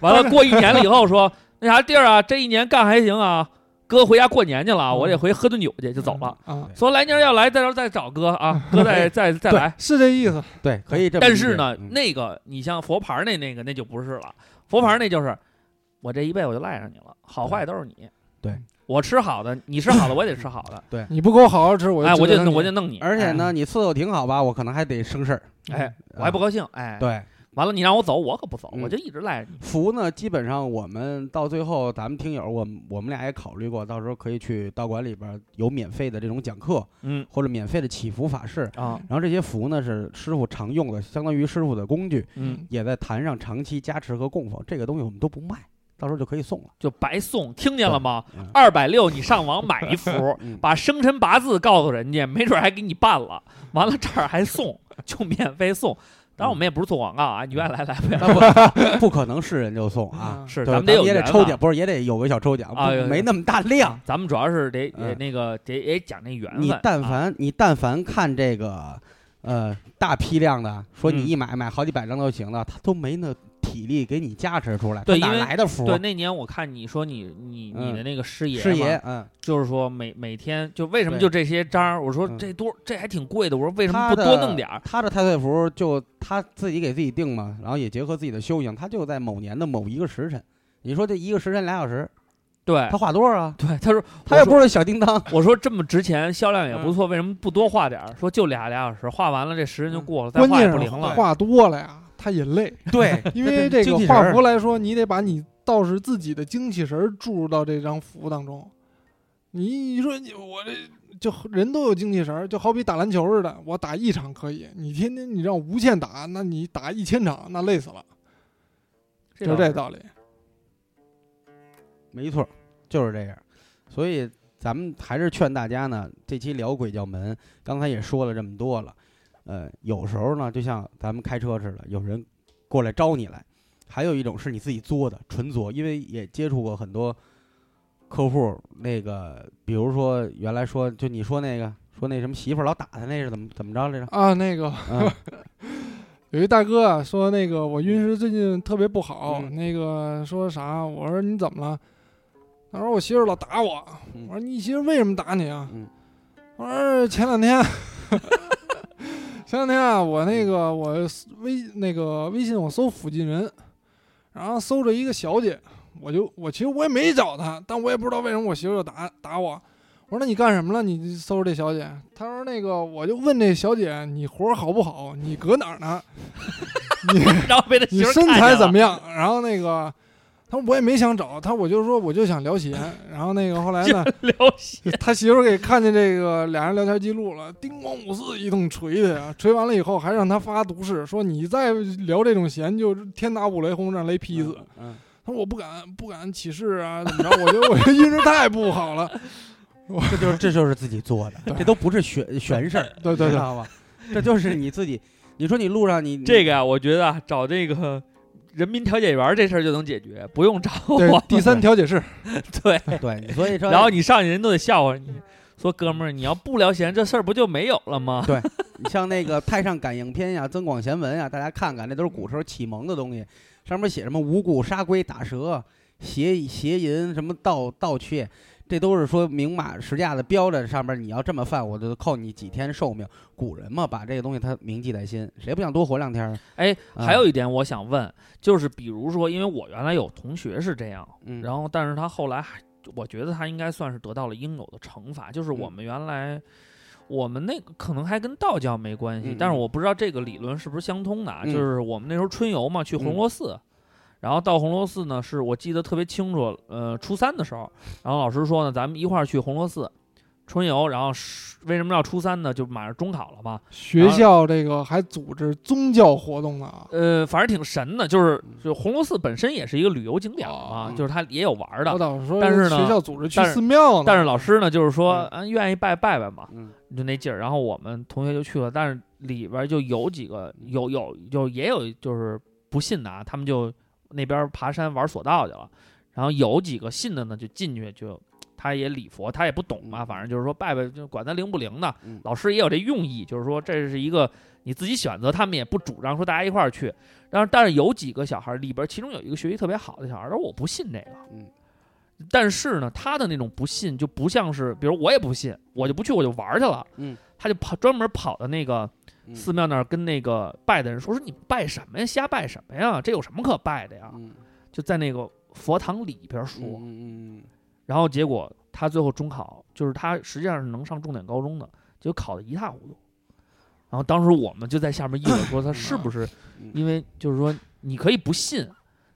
B: 完了，过一年了以后说那啥地儿啊，这一年干还行啊，哥回家过年去了啊，我得回喝顿酒去，就走了。
C: 啊，
B: 说来年要来，到时候再找哥 (laughs) 啊，哥再再再来。
C: 是这意思。
A: 对，可以这么理解。
B: 但是呢，
A: 嗯
B: 那个你像佛牌儿那那个那就不是了，佛牌儿那就是我这一辈子我就赖上你了，好坏都是你。
A: 对，
B: 我吃好的，你吃好的，我也得吃好
A: (coughs)
B: 的。
C: 你不给我好好吃，我
B: 哎，我
C: 就
B: 就我
C: 就
B: 就弄你，
A: 而且呢，你伺候挺好吧，我可能还得生事儿，
B: 哎，我还不高兴，哎，，
A: 嗯对。
B: 完了你让我走，我可不走，
A: 嗯
B: 我就一直赖着你。
A: 福呢，基本上我们到最后，咱们听友，我们我们俩也考虑过，到时候可以去道馆里边儿有免费的这种讲课，
B: 嗯
A: 或者免费的祈福法事。
B: 啊，
A: 然后这些符呢是师傅常用的，相当于师傅的工具，
B: 嗯，
A: 也在坛上长期加持和供奉。这个东西我们都不卖，到时候就可以送了。
B: 就白送，听见了吗
A: 对嗯？，
B: 二百六，你上网买一幅
A: (laughs) 嗯，
B: 把生辰
A: (laughs)
B: 八字告诉人家，没准还给你办了。完了这儿还送，就免费送。当然我们也不是做广告啊，你愿意来来呗。
A: 那不 (laughs) 不可能是人就送啊，
C: 嗯
B: 是，
A: 嗯对
B: 咱们
A: 咱
B: 得有
A: 也得
B: 缘
A: 抽
B: 分
A: 奖，不是也得有个小抽奖，
B: 啊
A: 不
B: 有有
A: 没那么大量。
B: 咱们主要是得
A: 嗯
B: 得那个得也讲那缘分。
A: 你但
B: 啊
A: 凡你但凡看这个，呃，大批量的，说你
B: 嗯
A: 一买买好几百张都行的，他都没那体力给你加持出来，
B: 对
A: 他哪
B: 因为
A: 来的福？
B: 对那年我看你说你你你的
A: 嗯
B: 那个师爷
A: 师
B: 嘛
A: 爷，嗯，
B: 就是说每每天就为什么
A: 对
B: 就这些章儿？我说
A: 嗯
B: 这多这还挺贵的，我说为什么
A: 他
B: 不
A: 的
B: 多弄点儿？
A: 他的太岁符就他自己给自己定嘛，然后也结合自己的修行，他就在某年的某一个时辰。你说这一个时辰俩小时，
B: 对
A: 他花多少啊？
B: 哎对，他说
A: 他又不是小叮当，
B: 我说这么值钱，销量也不错，为什么不多画点儿？说就俩俩小时，画完了这时间就过了，再
C: 关
B: 画也
C: 键
B: 不
C: 是
B: 灵了。
C: 画多了呀，他也累，
B: (laughs)
A: 对， (laughs)
C: 因
A: 这
C: 为这
A: 精
C: 个
A: 气神
C: 画
A: 儿
C: 符来说，你得把你倒是自己的精气神儿注入到这张符当中。你你说你我这就人都有精气神儿，就好比打篮球似的，我打一场可以，你天天你让我无限打，那你打一千场那累死了，就
B: 倒
C: 这
B: 是
C: 道理。
A: 没错，就是这样。所以咱们还是劝大家呢，这期聊鬼叫门，刚才也说了这么多了，呃，有时候呢，就像咱们开车似的，有人过来招你来，还有一种是你自己作的，纯作，因为也接触过很多客户，那个比如说原来说就你说那个说那什么媳妇儿老打他那是怎么怎么着来着？
C: 啊，那个 (laughs)
A: 嗯
C: 有一大哥啊，说那个我运势最近特别不好，
A: 嗯
C: 那个说啥？我说你怎么了？他说我媳妇儿老打我。
A: 嗯
C: 我说你媳妇儿为什么打你啊？
A: 嗯
C: 我说前两天， (laughs) 前两天啊，我那个我微那个微信我搜附近人，然后搜着一个小姐，我就我其实我也没找她，但我也不知道为什么我媳妇儿就打打我。我说那你干什么了？你搜这小姐？她说那个我就问这小姐你活儿好不好？你搁哪儿呢？
B: (laughs)
C: 你
B: 然后被他
C: 你
B: 媳妇儿
C: 身
B: 看
C: 材
B: 见
C: 怎
B: 了
C: 么样？然后那个，他说我也没想找他，我就说我就想聊闲。然后那个后来呢，
B: (laughs) 聊闲？
C: 他媳妇儿给看见这个俩人聊天记录了，叮咣五四一顿锤他呀，锤完了以后还让他发毒誓，说你再聊这种闲就天打五雷轰，让雷劈死。
A: 嗯，
C: 他说我不敢不敢起誓啊，怎么着？我觉得我这运势太不好
B: (laughs)
C: 了。
A: 嗯这就是这就是自己做的，这都不是玄玄事儿，
C: 对对
A: 知
C: 对，
A: 道吧？这就是你自己。你说你路上你
B: 这个呀，我觉得啊，找这个人民调解员儿这事儿就能解决，不用找
C: 对
B: (laughs) 我。
C: 第三调解室，
B: 对，
A: (laughs) 对，所以说
B: 然后你上去人都得笑话你，说哥们儿，你要不聊闲，这事儿不就没有了吗？
A: 你像那个《太上感应篇》呀，《增广贤文》呀，大家看看，那都是古时候启蒙的东西。上面写什么五谷、杀龟、打蛇、邪邪淫、什么盗盗窃，这都是说明码实价的标着上面。你要这么犯，我就扣你几天寿命。古人嘛，把这个东西他铭记在心，谁不想多活两天儿？
B: 哎，
A: 嗯
B: 还有一点我想问，就是比如说，因为我原来有同学是这样，
A: 嗯，
B: 然后但是他后来还，我觉得他应该算是得到了应有的惩罚，就是我
A: 嗯
B: 们原来。我们那个可能还跟道教没关系，
A: 嗯
B: 但是
A: 嗯
B: 我不知道这个理论是不是相通的啊。
A: 嗯
B: 就是我们那时候春游嘛，去红
A: 嗯
B: 螺寺，然后到红螺寺呢，是我记得特别清楚，呃，初三的时候，然后老师说呢，咱们一块儿去红螺寺春游，然后是为什么要初三呢？就马上中考了嘛，
C: 学校这个还组织宗教活动呢啊！
B: 呃，反正挺神的，就是
A: 嗯
B: 就红螺寺本身也是一个旅游景点儿嘛，
C: 哦
B: 就是它也有玩儿
C: 我
B: 的。
C: 倒说，
B: 但是呢
C: 学校组织去
B: 但是
C: 寺庙呢，
B: 但是老师呢，就是说，
A: 嗯
B: 啊，愿意拜拜拜嘛，
A: 嗯，
B: 就那劲儿。然后我们同学就去了，但是里边儿就有几个有有有也有就是不信的啊，他们就那边儿爬山玩索道去了。然后有几个信的呢，就进去就他也礼佛，他也不懂嘛，
A: 嗯
B: 反正就是说拜拜，就管他灵不灵的。
A: 嗯
B: 老师也有这用意，就是说这是一个你自己选择，他们也不主张说大家一块儿去。但是但是有几个小孩儿里边，其中有一个学习特别好的小孩儿，他说我不信这个。
A: 嗯
B: 但是呢，他的那种不信就不像是，比如我也不信，我就不去，我就玩儿去了。
A: 嗯，
B: 他就跑专门跑到那个
A: 嗯
B: 寺庙那儿跟那个拜的人说：“说你拜什么呀？瞎拜什么呀？这有什么可拜的呀？”
A: 嗯，
B: 就在那个佛堂里边啊说。
A: 嗯嗯
B: 然后结果他最后中考，就是他实际上是能上重点高中的，结果考得一塌糊涂。然后当时我们就在下面议论说，他是不是
A: 嗯
B: 因为就是说你可以不信，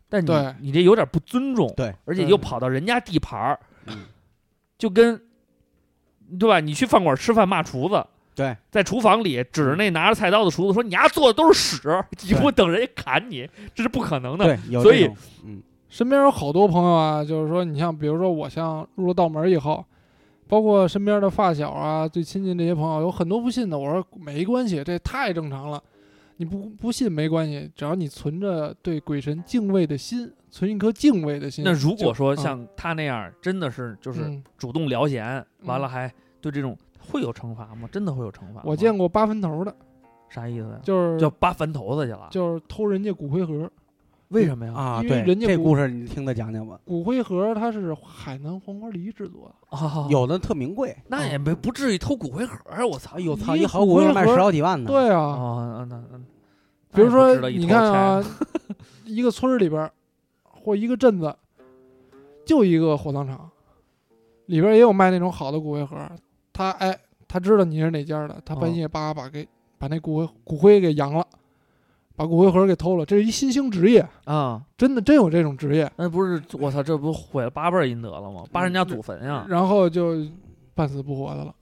B: 但你
C: 对
B: 你这有点不尊重，
A: 对，
B: 而且
C: 对
B: 又跑到人家地盘儿，
A: 嗯
B: 就跟对吧？你去饭馆吃饭骂厨子，
A: 对，
B: 在厨房里指着那拿着菜刀的厨子说：“你丫做的都是屎，你
A: 对
B: 不等人家砍你，这是不可能的。
A: 对，有
B: 所
A: 这
B: 以
A: 种嗯
C: 身边有好多朋友啊，就是说，你像比如说我像入了道门以后，包括身边的发小啊、最亲近这些朋友，有很多不信的。我说没关系，这太正常了。你不不信没关系，只要你存着对鬼神敬畏的心，存一颗敬畏的心。
B: 那如果说
C: 就啊
B: 像他那样，真的是就是
C: 嗯
B: 主动聊闲，完了还对这种会有惩罚吗？真的会有惩罚吗？
C: 我见过扒坟头的，
B: 啥意思呀？
C: 就是
B: 啊叫扒坟头子去了？
C: 就是偷人家骨灰盒，
B: 为什么呀？
A: 啊，
C: 因为
A: 对，
C: 人家
A: 这
C: 不
A: 故事你听他讲讲吧。
C: 骨灰盒它是海南黄花梨制作的，
B: 啊，
A: 有的特名贵，
B: 那也没不至于偷骨灰盒儿，我操！
A: 哎呦操，
C: 一
A: 一好骨头卖
C: 骨灰盒
A: 十好几
B: 嗯
A: 万呢。，
C: 对啊，
B: 哦，那那，
A: 哎
C: 比如
B: 那也
C: 说
B: 不值得一
C: 你
B: 头
C: 看
B: 拆
C: 啊，
A: (laughs)
C: 一个村儿里边儿或一个镇子，就一个火葬场，里边儿也有卖那种好的骨灰盒儿。他哎，他知道你是哪家儿的，他半
A: 嗯
B: 哦
C: 夜叭把给把那骨灰骨灰给扬了，把骨灰盒儿给偷了。这是一新兴职业，
B: 啊，
C: 真的真有这种职业。
B: 那不是我操，这不毁了八辈儿阴德了吗？扒人家祖坟
A: 嗯
B: 呀！
C: 然后就半死不活的了。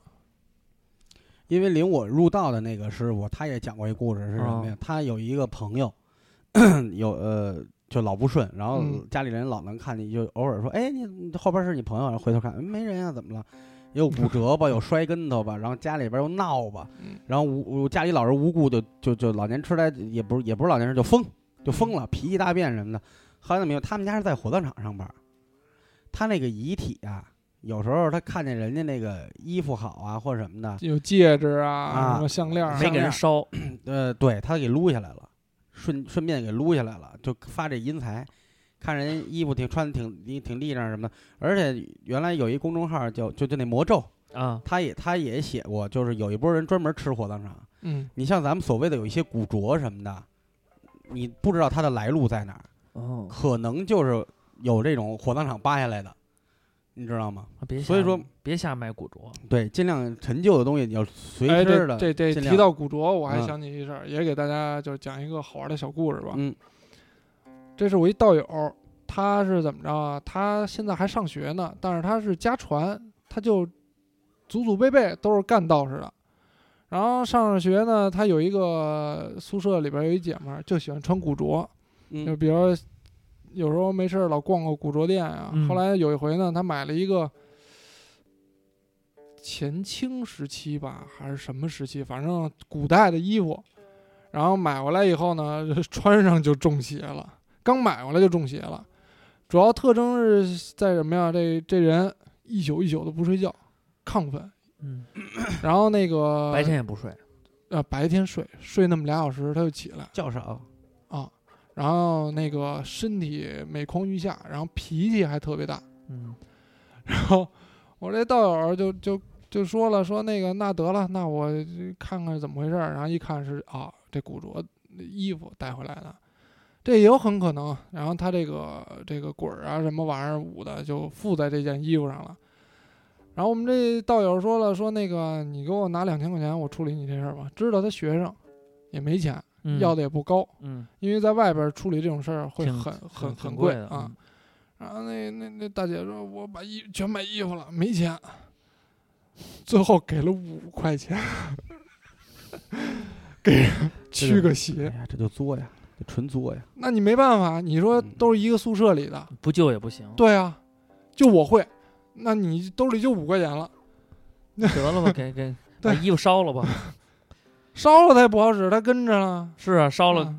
A: 因为领我入道的那个师傅，他也讲过一故事，是什么
C: 哦
A: 呀？他有一个朋友， (clears throat) 有呃，就老不顺，然后
C: 嗯
A: 家里人老能看见，就偶尔说：“哎，你你后边是你朋友。”然后回头看，嗯没人呀、怎么了？有骨折
C: (laughs)
A: 吧，有摔跟头吧，然后家里边又闹吧
C: 嗯，
A: 然后无我家里老人无故就就就老年痴呆，也不是也不是老年痴，就疯就疯
C: 嗯
A: 了，脾气大变什么的。后来怎么样？他们家是在火葬场上班，他那个遗体啊，有时候他看见人家那个衣服好啊或者什么的，
C: 有戒指啊，
A: 啊
C: 什么项链儿啊，
B: 没给人烧，
A: 呃，对他给撸下来了，顺顺便给撸下来了，就发这阴财。看人衣服挺穿的挺挺挺地上什么的，而且原来有一公众号叫就就那魔咒，
B: 啊
A: 他也他也写过，就是有一波人专门吃火葬场。
C: 嗯，
A: 你像咱们所谓的有一些古着什么的，你不知道它的来路在哪儿，
C: 嗯
B: 哦，
A: 可能就是有这种火葬场扒下来的，你知道吗？
B: 哦别瞎
A: 所以说
B: 别瞎买古着，
A: 对，尽量陈旧的东西你要随
C: 哎，
A: 身
C: 这
A: 的。
C: 这这
A: 尽
C: 提
A: 量
C: 到古着，我还
A: 嗯
C: 想起一事儿，也给大家就是讲一个好玩的小故事吧。
A: 嗯
C: 这是我一道友，他是怎么着啊？他现在还上学呢，但是他是家传，他就祖祖辈辈都是干道士的。然后上着学呢，他有一个宿舍里边有一姐们儿就喜欢穿古着，就
A: 嗯
C: 比如有时候没事儿老逛逛古着店啊。
B: 嗯
C: 后来有一回呢，他买了一个前清时期吧，还是什么时期，反正古代的衣服。然后买回来以后呢， (laughs) 穿上就中邪了。刚买回来就中邪了，主要特征是在什么呀？这这人一宿一宿的不睡觉，亢奋，
B: 嗯，
C: 呃然后那个
B: 白天也不睡，
C: 呃白天睡睡那么俩小时，他就起来。
A: 较少，
C: 啊，然后那个身体每况愈下，然后脾气还特别大。 (laughs)
B: 嗯，
C: 然后我这道友就就就说了，说那个那得了，那我看看怎么回事儿。然后一看是啊，这古着衣服带回来的，这也有很可能。然后他这个这个滚儿啊什么玩意儿舞的就附在这件衣服上了。然后我们这道友说了，说那个你给我拿两千块钱，我处理你这事儿吧。知道他学生也没钱，
B: 嗯
C: 要的也不高，
B: 嗯
C: 因为在外边处理这种事儿会
B: 挺
C: 很很
B: 很
C: 贵
B: 的嗯
C: 啊。，然后那那那大姐说：“我把衣全买衣服了，没钱。”最后给了五块钱， (laughs) 给人驱个
A: 哎
C: 邪。
A: 呀，这就作呀，这纯作呀。
C: 那你没办法，你说
A: 嗯
C: 都是一个宿舍里的，
B: 嗯不救也不行，
C: 对啊，就我会，那你兜里就五块钱了，
B: 得了吧，给给
C: (laughs)
B: 把
C: 对
B: 衣服烧了吧，
C: 烧了他也不好使，他跟着了，
B: 是啊，烧了
C: 啊。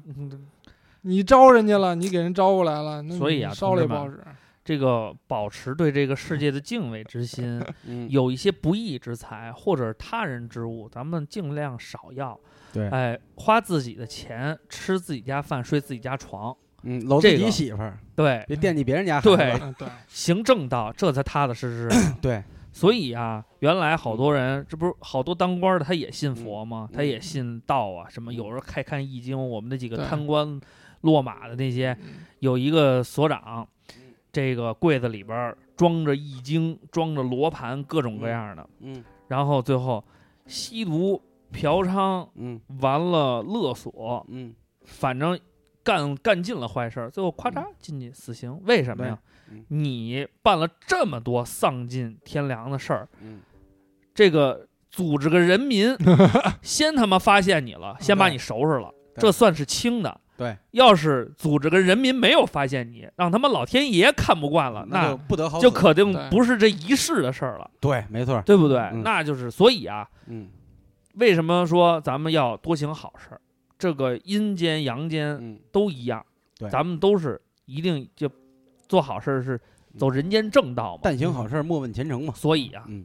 C: 你招人家了，你给人招过来了，那
B: 所以
C: 你
B: 啊
C: 烧了也不
B: 同志们
C: 好使。
B: 这个保持对这个世界的敬畏之心，
A: 嗯，
B: 有一些不义之财或者是他人之物，咱们尽量少要。
A: 对
B: 哎，花自己的钱，吃自己家饭，睡自己家床，
A: 嗯，搂自
B: 这
A: 己
B: 个
A: 媳妇儿，
B: 对，
A: 别惦记别人家孩
B: 对
A: 子。
C: 嗯，
B: (laughs)
C: 对，
B: 行正道，这才踏踏实实的。 (laughs)
A: 对，
B: 所以啊，原来好多人，这不是好多当官的，他也信佛吗？
A: 嗯
B: 他也信道啊，什么有时候还看易经。我们那几个
C: 对
B: 贪官落马的那些，
C: 嗯
B: 有一个所长，
A: 嗯
B: 这个柜子里边儿装着易经，装着罗盘，各种各样的。
A: 嗯
B: 然后最后吸毒、嫖娼，
A: 嗯
B: 完了勒索，
A: 嗯，
B: 反正干干尽了坏事儿，最后咔嚓进去死刑。为什么呀
A: 嗯对嗯？
B: 你办了这么多丧尽天良的事儿，
A: 嗯，
B: 这个组织个
A: (laughs)
B: 人民先他妈发现你了，先把
A: 对
B: 你收拾了，
A: 对
B: 这算是轻的。
A: 对，
B: 要是组织个人民没有发现你，让他妈老天爷看不惯了，
A: 那就
B: 那
A: 不得好
B: 就
A: 死
B: 肯定
C: 对
B: 不是这一世的事儿了，
A: 对，没错儿，
B: 对不对？
A: 嗯
B: 那就是所以啊，
A: 嗯
B: 为什么说咱们要多行好事儿？这个阴间阳间
A: 嗯，
B: 都一样，
A: 对
B: 咱们都是一定就做好事儿是走人间正道嘛。
A: 但行好事，莫问前程嘛。
B: 所以啊，
A: 嗯，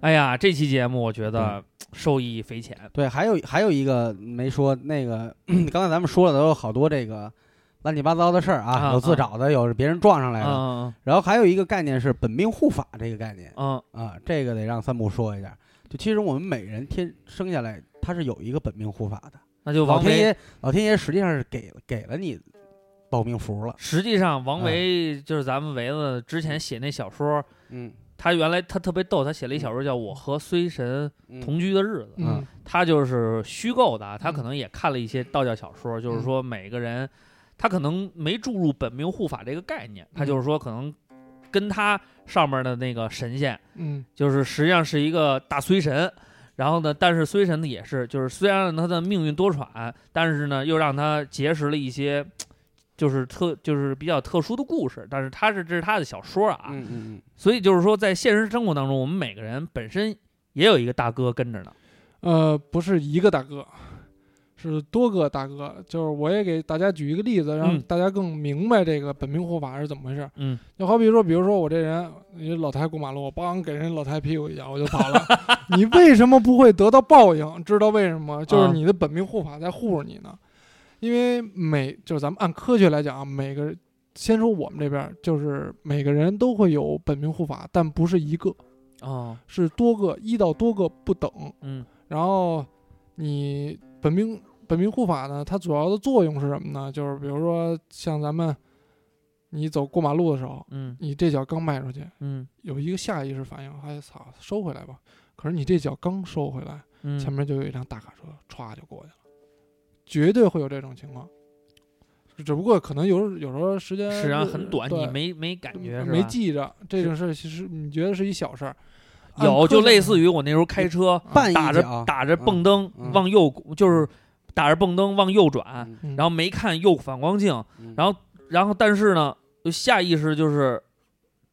B: 哎呀，这期节目我觉得受益匪浅。
A: 对，还有还有一个没说，那个 (clears throat) 刚才咱们说了都有好多这个乱七八糟的事儿啊，
B: 啊
A: 有自
B: 啊
A: 找的，有是别人撞上来的。
B: 嗯
A: 然后还有一个概念是本命护法这个概念
B: 嗯
A: 啊，这个得让三木说一下。就其实我们每人天生下来，他是有一个本命护法的。
B: 那就
A: 老
B: 王
A: 天
B: 维。
A: 爷，老天爷实际上是给给了你保命符了。
B: 实际上，王维就是咱们维子之前写那小说，
A: 嗯，
B: 他原来他特别逗，他写了一小说叫《我和衰神同居的日子》，
C: 嗯
B: 他就是虚构的啊，他
C: 嗯
B: 可能也看了一些道教小说，
A: 嗯
B: 就是说每个人，他可能没注入本命护法这个概念，
A: 嗯
B: 他就是说可能跟他上面的那个神仙，
C: 嗯
B: 就是实际上是一个大衰神。然后呢，但是衰神呢也是，就是虽然让他的命运多舛，但是呢又让他结识了一些，就是特就是比较特殊的故事。但是他是这是他的小说啊，
A: 嗯嗯
B: 所以就是说在现实生活当中，我们每个人本身也有一个大哥跟着呢。
C: 呃，不是一个大哥，是多个大哥。就是我也给大家举一个例子，让
B: 嗯
C: 大家更明白这个本命护法是怎么回事。
B: 嗯，
C: 就好比说，比如说我这人，一老太过马路，我梆给人老太屁股一脚，我就跑了。 (laughs) 你为什么不会得到报应？知道为什么吗？就是
B: 啊
C: 你的本命护法在护着你呢。因为每就是咱们按科学来讲啊，每个先说我们这边儿，就是每个人都会有本命护法，但不是一个，
B: 哦，
C: 是多个，一到多个不等。
B: 嗯
C: 然后你本命本命护法呢，它主要的作用是什么呢？就是比如说像咱们你走过马路的时候，
B: 嗯
C: 你这脚刚迈出去，
B: 嗯
C: 有一个下意识反应，哎操，收回来吧。可是你这脚刚收回来，
B: 嗯，
C: 前面就有一辆大卡车歘就过去了，绝对会有这种情况。只不过可能有有时候时间
B: 实际上很短，
C: 对
B: 你没没感觉是吧？
C: 没记着这种事儿，其实你觉得是一小事儿，按
B: 有，
C: 啊科
B: 就
C: 学
B: 类似于我那时候开车
A: 嗯，半一
B: 打着
A: 脚，
B: 打着蹦灯
A: 嗯
B: 往右，就是打着蹦灯往右转，
A: 嗯，
C: 嗯，
B: 然后没看右反光镜，
A: 嗯
B: 然后然后但是呢，就下意识就是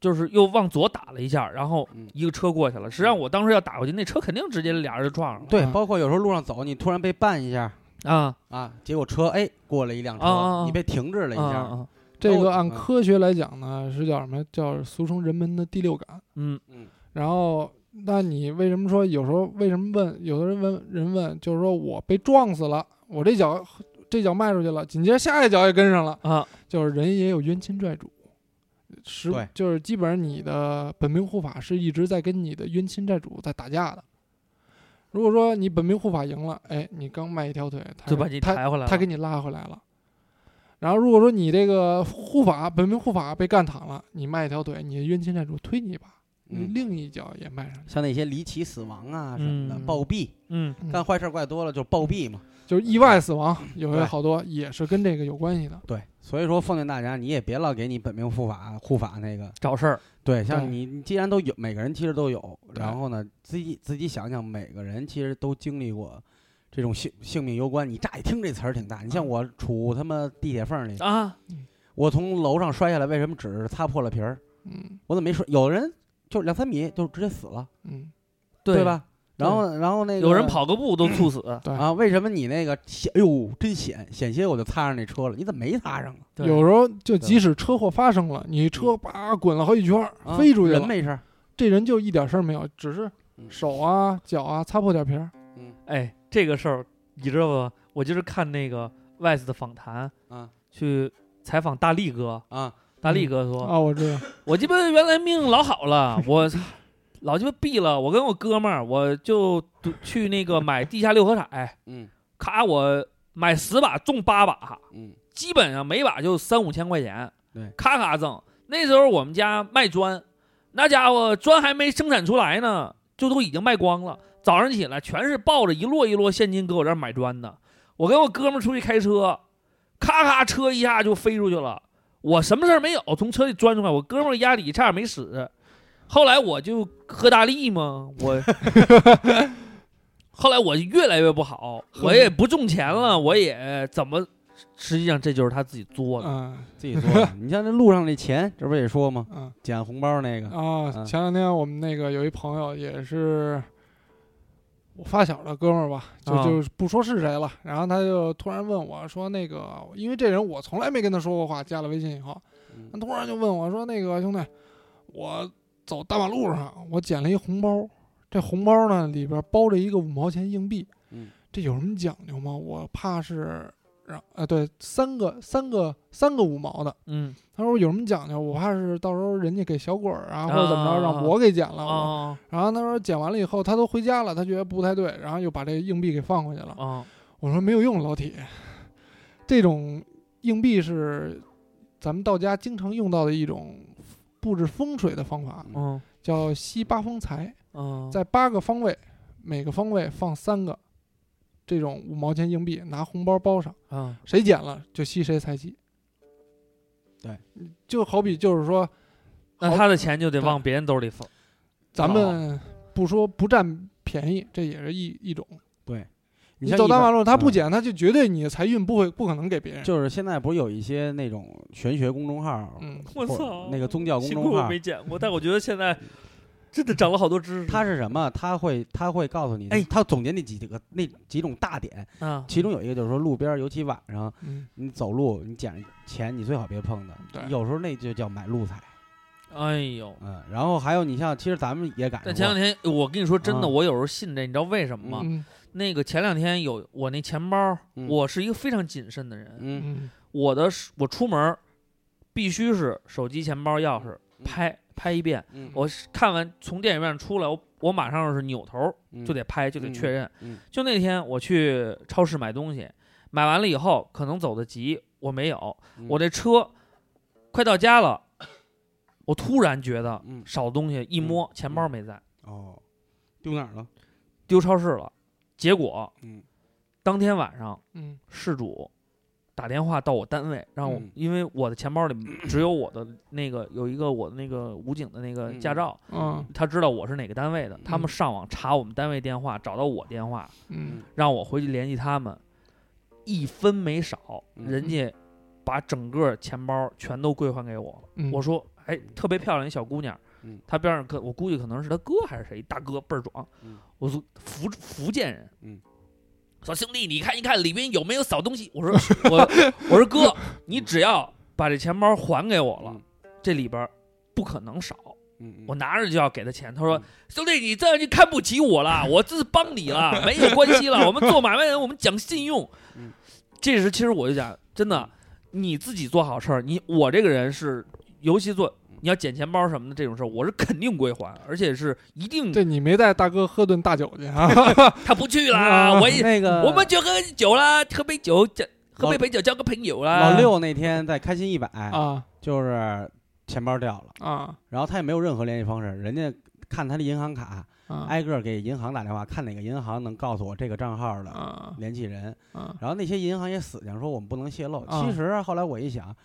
B: 就是又往左打了一下，然后
A: 嗯
B: 一个车过去了。实际上我当时要打过去，那车肯定直接俩人就撞上了。
A: 对
C: 啊，
A: 包括有时候路上走，你突然被绊一下
B: 啊
A: 啊，结果车哎过了一辆车，
B: 啊啊啊
A: 你被停滞了一
B: 啊啊
A: 下。
B: 啊，
C: 这
A: 都
C: 个按
A: 嗯
C: 科学来讲呢，是叫什么？叫俗称人们的第六感。
B: 嗯
C: 然后，那你为什么说有时候为什么问？有的人问人问，就是说我被撞死了，我这脚这脚迈出去了，紧接着下一脚也跟上了，
B: 啊，
C: 就是人也有冤亲债主。是
A: 对，
C: 就是基本上你的本命护法是一直在跟你的冤亲债主在打架的。如果说你本命护法赢了，哎，你刚迈一条腿，他
B: 就把你
C: 他
B: 抬回来了。
C: 他给你拉回来了。然后如果说你这个护法本命护法被干躺了，你迈一条腿，你的冤亲债主推你一把，你
A: 嗯，
C: 另一脚也迈上去，
A: 像那些离奇死亡啊什么的，
B: 嗯
A: 暴毙，
B: 嗯
C: 嗯
A: 干坏事儿怪多了就暴毙嘛。
C: 就是意外死亡，有
A: 对
C: 好多也是跟这个有关系的。
A: 对，所以说奉劝大家，你也别老给你本命护法护法那个。
B: 找事儿，
A: 对，像
C: 对
A: 你，你既然都有，每个人其实都有，
C: 对
A: 然后呢，自己自己想想，每个人其实都经历过这种性性命攸关。你乍一听这词儿挺大，你像
C: 嗯
A: 我杵他妈地铁缝里，
B: 啊，
A: 我从楼上摔下来，为什么只是擦破了皮儿？
C: 嗯
A: 我怎么没摔？有人就两三米就直接死了，
C: 嗯，
A: 对
B: 对？嗯
A: 吧？然后然后那个
B: 有人跑个步都猝死，
C: 对
A: 啊？为什么你那个险？哎呦，真险！险些我就擦上那车了，你怎么没擦上啊？
B: 对
C: 有时候就即使车祸发生了，你车叭滚了好几圈儿，
A: 嗯啊
C: 飞出去
A: 人
C: 了，
A: 没事儿，
C: 这人就一点事儿没有，只是
A: 嗯
C: 手啊脚啊擦破点皮儿。
A: 嗯
B: 哎，这个事儿你知道吗？我就是看那个 West 的访谈，
A: 啊
B: 去采访大力哥，
A: 啊，
B: 大力哥说：“
C: 啊，我知道，
B: 我鸡巴原来命老好了，我 (laughs) 老鸡巴毙了。我跟我哥们儿，我就赌去那个买地下六合彩，
A: 嗯
B: 咔，我买十把中八把，
A: 嗯
B: 基本上每把就三五千块钱
A: 对，
B: 咔咔挣。那时候我们家卖砖，那家伙砖还没生产出来呢，就都已经卖光了。早上起来全是抱着一摞一摞现金搁我这儿买砖的。我跟我哥们儿出去开车，咔咔车一下就飞出去了，我什么事儿没有，从车里钻出来，我哥们儿压里差点没死。后来我就喝大力嘛，我后来我越来越不好，我也不挣钱了，我也怎么，实际上这就是他自己作的。
C: 嗯
A: 自 (laughs) 己做的。你像这路上那钱，这不是也说吗？
C: 嗯。
A: 捡红包那个，
C: 啊，
A: 嗯
C: 前两天我们那个有一朋友也是，我发小的哥们儿吧，就
B: 啊
C: 就不说是谁了。然后他就突然问我说：“那个，因为这人我从来没跟他说过话，加了微信以后，他突然就问我说：‘那个兄弟，我走大马路上，我捡了一红包，这红包呢里边包着一个五毛钱硬币，
A: 嗯
C: 这有什么讲究吗？我怕是让……呃，对，三个三个三个五毛的。
B: 嗯
C: 他说有什么讲究？我怕是到时候人家给小鬼儿啊，
B: 啊
C: 或者怎么着，让我给捡了。我
B: 哦
C: 然后他说捡完了以后，他都回家了，他觉得不太对，然后又把这硬币给放回去了。
B: 哦，
C: 我说没有用，老铁，这种硬币是咱们道家经常用到的一种布置风水的方法，
B: 嗯
C: 叫吸八方财，
B: 嗯，
C: 在八个方位，每个方位放三个这种五毛钱硬币，拿红包包上，
B: 嗯
C: 谁捡了就吸谁财气。嗯
A: 对，
C: 就好比就是说，
B: 那
C: 好
B: 他的钱就得往别人兜里放。
C: 咱们不说不占便宜，这也是一一种。
A: 你
C: 你
A: 像
C: 走
A: 一
C: 大
A: 般
C: 马路，他不
A: 嗯
C: 捡，他就绝对你的财运不会不可能给别人。
A: 就是现在不是有一些那种玄学公众号，
C: 嗯，
B: (laughs) 我
A: 或
B: 操，
A: 那个宗教公
B: 幸
A: 众
B: 亏我
A: 号
B: 没，见过，但我觉得现在真的长了好多知识。
A: 它是什么？它会它会告诉你，
B: 哎
A: 它总结那几个那几种大点，
B: 啊，
A: 其中有一个就是说路边儿，尤其晚上
C: 嗯，
A: 你走路，你捡钱你最好别碰的，
C: 对
A: 有时候那就叫买路财，
B: 哎呦，
A: 嗯，然后还有你像，其实咱们也赶
B: 但
A: 上
B: 前两
A: 过，
B: 天我跟你说真
A: 啊
B: 的，我有时候信这，你知道为什么吗？
C: 嗯
B: 那个前两天有我那钱包，
A: 嗯
B: 我是一个非常谨慎的人，
A: 嗯，
C: 嗯
B: 我的手我出门儿必须是手机、钱包、钥匙
A: 嗯
B: 拍拍一遍。
A: 嗯
B: 我是看完从电影院出来，我我马上是扭头儿
A: 嗯
B: 就得拍，就得确认。
A: 嗯
B: 就那天我去超市买东西，买完了以后可能走的急，我没有，
A: 嗯
B: 我这车快到家了，我突然觉得
A: 嗯
B: 少东西，一摸钱包没在，
A: 哦，丢哪儿了？
B: 丢超市了。结果
A: 嗯
B: 当天晚上
C: 嗯
B: 事主打电话到我单位，让我、
A: 嗯
B: 因为我的钱
A: (clears throat)
B: 包里只有我的那个有一个我的那个武警的那个
A: 嗯
B: 驾照，
C: 嗯
B: 他知道我是哪个单位的，他们上网查我们单位电话，找到我电话，
C: 嗯
B: 让我回去联系他们，一分没少，
A: 嗯
B: 人家把整个钱包全都归还给我了。
C: 嗯，
B: 我说，哎，特别漂亮一小姑娘
A: 嗯，
B: 她边上可我估计可能是她哥还是谁，大哥倍儿壮
A: 嗯，
B: 我说福福建人，
A: 嗯。
B: 说兄弟，你看一看里面有没有扫东西？我说我我说
A: (laughs)
B: 哥，你只要把这钱包还给我
A: 嗯
B: 了，这里边儿不可能少。
A: 嗯，嗯
B: 我 (laughs) 拿着就要给他钱。他说
A: 嗯：“
B: 兄弟，你这样就看不起
A: (laughs)
B: 我了，我这是帮你了，没有关系了。我们做买卖人，我们讲信用
A: 嗯。”
B: 这时其实我就讲，真的，你自己做好事儿，你我这个人是，尤其做
A: 嗯
B: 你要捡钱包什么的这种事儿，我是肯定归还，而且是一定
C: 这你没带大哥喝顿大酒
A: (laughs)
C: 去啊？
A: 哎
B: 他不去
C: 啊
B: 啦，我也
A: 那个
B: 我们就喝酒啦，喝杯酒交喝
A: 老
B: 杯白酒交个朋友啦。
A: 老六那天在开心一百，
C: 啊
A: 就是钱包掉了，
C: 啊
A: 然后他也没有任何联系方式，人家看他的银行卡，
C: 啊
A: 挨个给银行打电话，看哪个银行能告诉我这个账号的
C: 啊
A: 联系人。
C: 啊！
A: 然后那些银行也死犟，说我们不能泄露。
C: 啊
A: 其实后来我一想，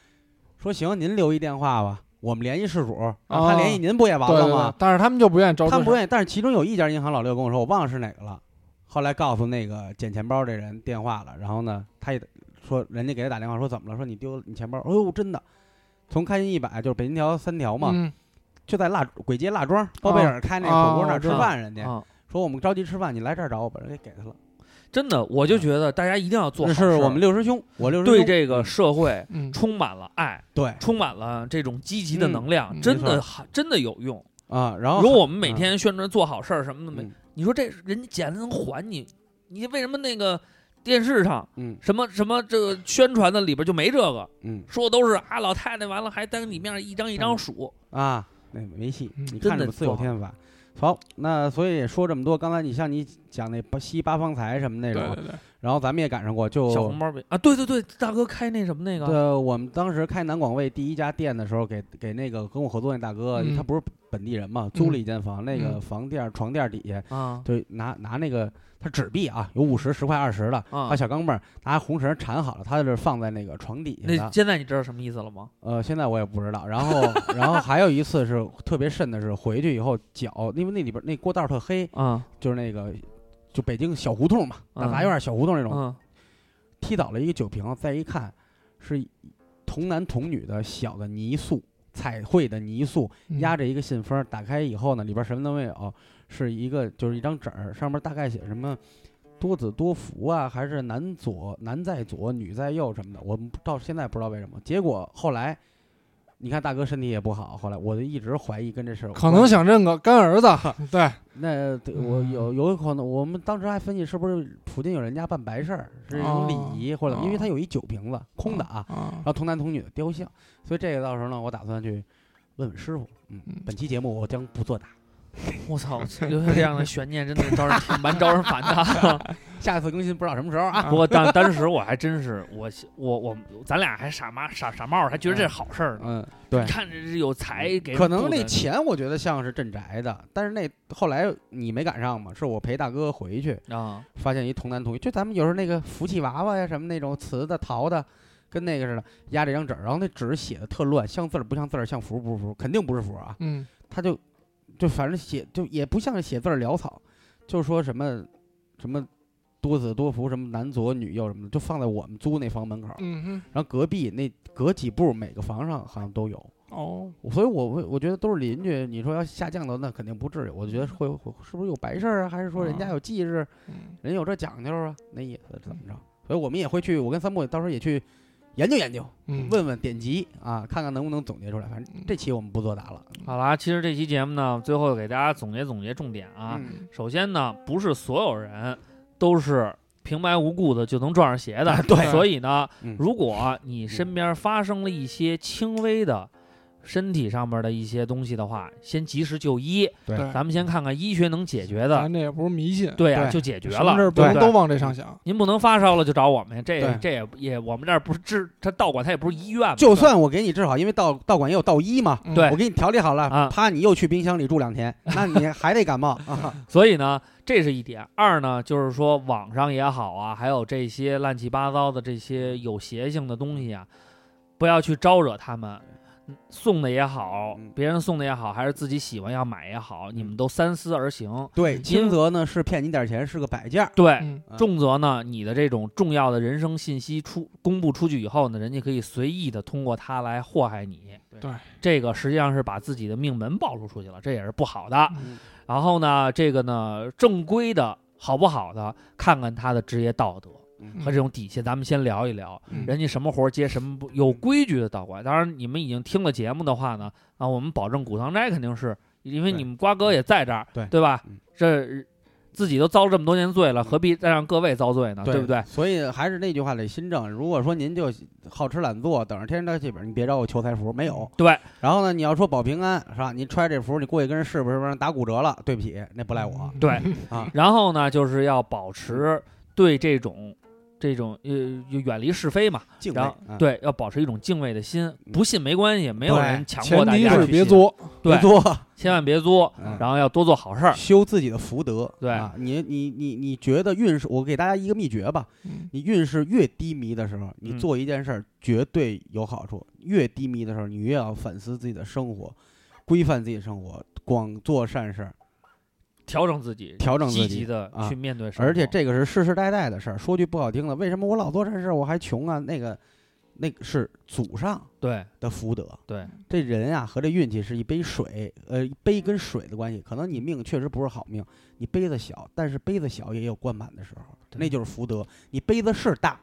A: 说行，您留一电话吧，我们联系事主，让他联系您不也完
C: 对
A: 了
C: 对哦对
A: 吗？，
C: 但是他们就不愿意招
A: 他们不
C: 这事儿
A: 愿意，但是其中有一家银行老六跟我说，我忘了是哪个了。后来告诉那个捡钱包这人电话了，然后呢，他也说人家给他打电话说怎么了？说你丢了你钱包？哦呦，真的，从开心一百就是北京桥三条嘛，
C: 嗯
A: 就在蜡鬼街蜡庄包
B: 哦
A: 贝尔开那个火锅那儿吃
B: 啊
A: 饭，人家、
B: 啊，
A: 说我们着急吃饭，你来这儿找我，把人给给他了。
B: 真的，我就觉得大家一定要做好
A: 这
B: 事儿。
A: 是我们六师兄，我六师兄
B: 对这个社会
C: 嗯
B: 充满了爱。
A: 对
B: 充满了这种积极的
A: 嗯
B: 能量，
C: 嗯
B: 真
A: 没
B: 的还真的有用。
A: 啊，然后
B: 如果我们每
A: 嗯
B: 天宣传做好事儿什么的，没、
A: 嗯
B: 你说这人家捡了能还你，你为什么那个电视上
A: 嗯
B: 什么什么这个宣传的里边就没这个？
A: 嗯
B: 说都是啊老太太完了还当你面一张一张数，
A: 啊，那没戏，
C: 嗯
A: 你
B: 真
A: 看
B: 的
A: 着自有
B: 做好
A: 天法。好，那所以也说这么多，刚才你像你讲那八西八方财什么那
C: 对
A: 种
C: 对，对，
A: 然后咱们也赶上过，就
B: 小红包呗啊，对对对，大哥开那什么那个，
A: 对，我们当时开南广卫第一家店的时候给，给那个跟我合作那大哥，
C: 嗯
A: 他不是本地人
B: 嗯
A: 嘛，租了一间房，那个
C: 嗯
A: 房垫儿床垫儿底下，
B: 啊
A: 对，拿拿那个他纸币啊，有五十、十块、二十的，
B: 啊
A: 把，小钢镚儿拿红绳缠好了，他就是放在那个床底下
B: 那
A: 的。
B: 现在你知道什么意思了吗？
A: 呃，现在我也不知道。然后，然后还有一次是特别瘆的是，回去以后脚，因为那里边那过道儿特黑，
B: 啊
A: 就是那个就北京小胡同嘛，大
B: 嗯
A: 杂院儿小胡同那种，
B: 嗯
A: 踢倒了一个酒瓶，再一看是童男童女的小的泥塑，彩绘的泥塑，
C: 嗯
A: 压着一个信封，打开以后呢，里边什么都没有，是一个就是一张纸儿，上面大概写什么多子多福啊，还是男左男在左，女在右什么的，我们不到现在不知道为什么。结果后来，你看大哥身体也不好，后来我就一直怀疑跟这事儿有
C: 可
A: 关
C: 能
A: 系
C: 想认个干
A: (laughs)
C: 儿子，对，
A: 那对我
C: 嗯
A: 有有可能，我们当时还分析是不是附近有人家办白事儿，是一种
C: 哦
A: 礼仪或者，因为
C: 哦
A: 他有一酒瓶子空的啊，
C: 啊
A: 然，后童男童女的雕像，所以这个到时候呢，我打算去问问师傅。嗯
C: 嗯，
A: 本期节目我将不作答，
B: 我操，留下这样的悬念真的招人 (laughs) 挺蛮招人烦
A: (laughs)
B: 的。
A: 下次更新不知道什么时候啊。
B: 不过当当时我还真是我我我咱俩还傻妈傻傻帽儿，还觉得这是好事儿呢。
A: 嗯，对嗯
B: 你，看这是有才给人
A: 可能
B: 布
A: 那
B: 的
A: 钱我觉得像是镇宅的，但是那后来你没赶上嘛，是我陪大哥回去，
B: 啊，
A: 发现一童男童女，就咱们有时候那个福气娃娃呀，什么那种瓷的、陶的，跟那个似的，压着一张纸儿，然后那纸写的特乱，像字儿不像字儿，像符不是符，肯定不是符啊。
C: 嗯
A: 他就就反正写就也不像写字儿潦草，就说什么什么多子多福，什么男左女右什么的，就放在我们租那房门口儿，
C: 嗯
A: 然后隔壁那隔几步每个房上好像都有。
C: 哼，哦，
A: 所以我会我觉得都是邻居，你说要下降头那肯定不至于，我觉得会会是不是有白事儿啊，还是说人家有忌日，
C: 嗯
A: 人有这讲究啊，那意思怎么着？所以我们也会去，我跟三木到时候也去研究研究，
C: 嗯，
A: 问问典籍啊，看看能不能总结出来。反正这期我们不作答了。
B: 好啦，其实这期节目呢，最后给大家总结总结重点啊。
A: 嗯
B: 首先呢，不是所有人都是平白无故的就能撞上邪的，
C: 对
B: 所以呢，
A: 啊嗯
B: 如果你身边发生了一些轻微的身体上面的一些东西的话，先及时就医。
A: 对
C: 对，
B: 咱们先看看医学能解决的，
C: 咱这也不是迷信，
B: 对啊，
A: 啊对
B: 就解决
C: 什么
B: 了
C: 事。儿不
A: 对
C: 能都往这上想，
B: 您不能发烧了就找我们，这
A: 对
B: 这也也我们这儿不是治，它道馆它也不是医院嘛。
A: 就算我给你治好，因为道道馆也有道医嘛，
C: 嗯
B: 对
A: 我给你调理好
B: 啊
A: 了，怕你又去冰箱里住两天，那你还得感冒 (laughs) 啊。
B: 所以呢，这是一点。二呢，就是说网上也好啊，还有这些乱七八糟的这些有邪性的东西啊，不要去招惹他们。嗯送的也好
A: 嗯，
B: 别人送的也好，还是自己喜欢要买也好，你们都三思而行。
A: 对，
B: 因为
A: 轻则呢是骗你点钱，是个摆件儿，
B: 对，
C: 嗯
A: 嗯
B: 重则呢，你的这种重要的人生信息出公布出去以后呢，人家可以随意的通过它来祸害你。
C: 对，
B: 这个实际上是把自己的命门暴露出去了，这也是不好的。
C: 嗯
B: 然后呢，这个呢，正规的好不好的，看看他的职业道德
A: 嗯
B: 和这种底线，咱们先聊一聊。
A: 嗯
B: 人家什么活儿接什么不有规矩的道观。当然，你们已经听了节目的话呢，啊，我们保证古堂斋肯定是因为
A: 对
B: 你们瓜哥也在这儿，
A: 对
B: 吧
A: 嗯？
B: 这自己都遭了这么多年罪了，何必再让各位遭罪呢？啊对不对？
A: 所以还是那句话得新政。如果说您就好吃懒做，等着天上掉馅饼，你别找我求财福，没有。
B: 对，
A: 然后呢，你要说保平安是吧？你揣这福，你过去跟人是不是不是打骨折了？对不起，那不赖我。
C: 嗯
B: 对
A: 啊
B: 然后呢，就是要保持对这种这种呃远离是非嘛，
A: 敬畏
B: 然后、
A: 啊、，
B: 对，要保持一种敬畏的心，不信没关系，没有
A: 嗯对
B: 人强迫
C: 前
B: 大
C: 提
B: 家
C: 是
B: 去
C: 别
B: 信，
C: 作，
B: 对
A: 别，作，
B: 千万别作，
A: 嗯
B: 然后要多做好事儿。
A: 修自己的福德。
B: 对
A: 啊，你你你你觉得运势，我给大家一个秘诀吧。
C: 嗯
A: 你运势越低迷的时候，你
B: 嗯
A: 做一件事儿绝对有好处。越低迷的时候，你越要反思自己的生活，规范自己的生活，广做善事儿，
B: 调整自己，
A: 调整自己
B: 积极的
A: 啊
B: 去面对生活。
A: 而且这个是世世代代的事儿。说句不好听的，为什么我老做这事儿我还穷啊？那个，那个是祖上
B: 对
A: 的福德。
B: 对，
A: 这人啊和这运气是一杯水，呃，一杯跟水的关系。可能你命确实不是好命，你杯子小，但是杯子小也有灌满的时候，
B: 对
A: 那就是福德。你杯子是大，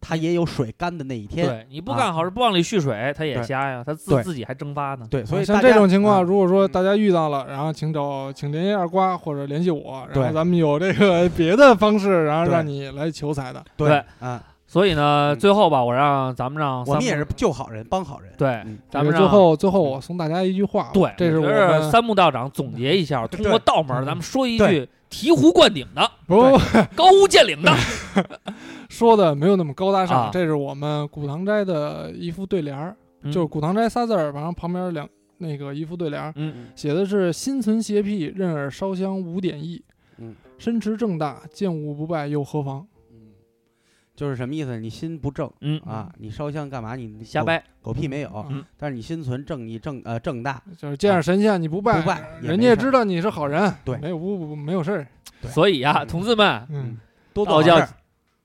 A: 它也有水干的那一天。
B: 对，你不干好事，不往里蓄水，它也
A: 啊对
B: 瞎呀，它自
A: 对
B: 自己还蒸发呢。
A: 对，所以
C: 像
A: 大家
C: 这种情况，
A: 嗯
C: 如果说大家遇到了，然后请找请联系二瓜或者联系我，然
A: 对
C: 后咱们有这个 (laughs) 别的方式，然后
A: 对
C: 让你来求财的。
B: 对
A: 对啊，
B: 所以呢，
A: 嗯
B: 最后吧，我让咱们让
A: 我
B: 三
A: 们也
B: 木
A: 是救好人，帮好人。
B: 对，
A: 嗯
B: 咱们
C: 最
B: 让
C: 后最后我送大家一句话吧，啊这
B: 对，
C: 是
B: 我
C: 我
B: 觉得
C: 们
B: 三木道长总结一
A: (laughs)
B: 下，通过道门儿，咱们说一句
A: 嗯对
B: 醍醐灌顶的、
C: 不不不
B: 高屋建瓴的。
C: (laughs) 说的没有那么高大
B: 啊
C: 上，这是我们古堂斋的一副对联儿，
B: 嗯
C: 就是古堂斋仨字儿，然后旁边两那个一副对联儿，
B: 嗯，
C: 写的是心存邪僻，任尔烧香无点意，
A: 嗯，
C: 身持正大，剑无不败又何妨？
A: 嗯，就是什么意思？你心不正
B: 嗯
A: 啊，你烧香干嘛？你
B: 瞎
A: 狗
B: 掰，
A: 狗屁没有
C: 啊。
B: 嗯
A: 但是你心存正义，正呃正大，
C: 就是见着神仙你不拜，
A: 不拜也
C: 人
A: 没
C: 家也
A: 事儿
C: 知道你是好人，
A: 对
C: 没有不不不没有事儿。
A: 对
B: 所以呀，啊
A: 嗯
B: 同志们，
C: 嗯，
A: 多做
B: 道
A: 好
B: 教
A: 事儿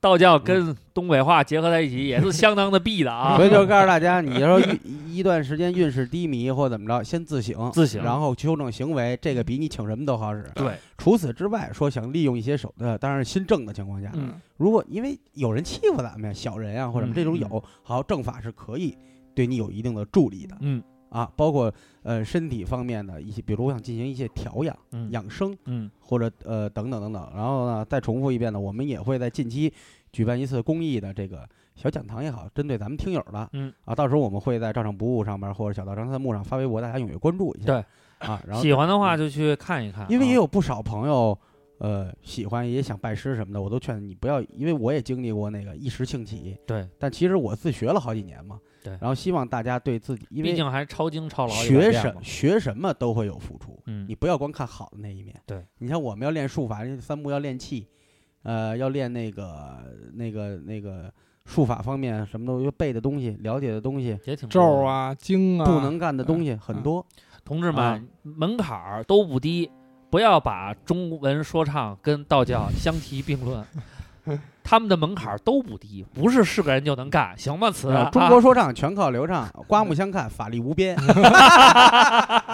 B: 道教跟东北话结合在一起，也是相当的必的啊
A: 所。以就是告诉大家，你要说一一段时间运势低迷或怎么着，先自省，
B: 自省嗯
A: 然后纠正行为，这个比你请什么都好使。
B: 对，
A: 除此之外，说想利用一些手段，当然是新政的情况下，
B: 嗯，
A: 如果因为有人欺负咱们呀，小人啊或者什么
B: 嗯
A: 这种有，
B: 嗯
A: 好政法是可以对你有一定的助力的。
B: 嗯
A: 啊，包括呃身体方面的一些，比如我想进行一些调养、
B: 嗯
A: 养生，
B: 嗯
A: 或者呃等等等等。然后呢，再重复一遍呢，我们也会在近期举办一次公益的这个小讲堂也好，针对咱们听友的，
B: 嗯
A: 啊，到时候我们会在照常不误上面或者小道张三木上发微博，大家踊跃关注一下。啊，然后
B: 喜欢的话就去看一看啊，
A: 因为也有不少朋友。呃，喜欢也想拜师什么的，我都劝你不要，因为我也经历过那个一时兴起，
B: 对，
A: 但其实我自学了好几年嘛，
B: 对
A: 然后希望大家对自己，因
B: 毕
A: 为
B: 竟还抄经抄牢一百
A: 学
B: 遍
A: 什
B: 嘛
A: 学什么都会有付出，
B: 嗯
A: 你不要光看好的那一面。
B: 对，
A: 你像我们要练术法，人家三木要练气，呃，要练那个那个那个术法方面什么东西，背的东西、了解的东西、
B: 也挺多
C: 咒
B: 的。
C: 啊、经啊，
A: 不能干的东
B: 嗯
A: 西很多。
B: 同志
A: 啊
B: 们，门槛儿都不低，不要把中文说唱跟道教相提并
A: (laughs)
B: 论，他们的门槛儿都不低，不是是个人就能干，行吗？词
A: 啊中国说唱全靠流畅，刮目相看，法力无
B: (laughs)
A: 边。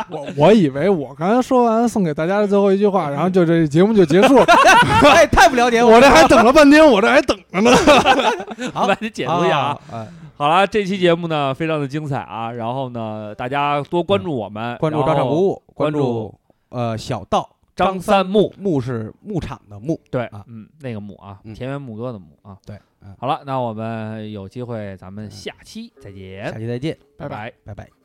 C: 我我以为我刚才说完送给大家的最后一
A: (laughs)
C: 句话，然后就这节目就结束了。
A: 哎，太不了解
C: 我
A: 了
C: 这还等了半天，我这还等着呢。
B: 我 (laughs)
A: 好
B: 帮你解读一下啊。！
A: 哎
B: 好啦，这期节目呢非常的精彩啊，然后呢大家多关注我们，
A: 嗯关注
B: 然后
A: 照常不误，
B: 关
A: 关
B: 注
A: 呃小道
B: 张
A: 三
B: 三木，
A: 木是牧场的牧。
B: 对
A: 啊，
B: 嗯，那个木啊，
A: 嗯
B: 田园牧歌的牧啊。
A: 对，嗯，
B: 好了，那我们有机会咱们下期再见哎
A: 下，期再见，
C: 拜拜
B: 拜。
A: 拜拜。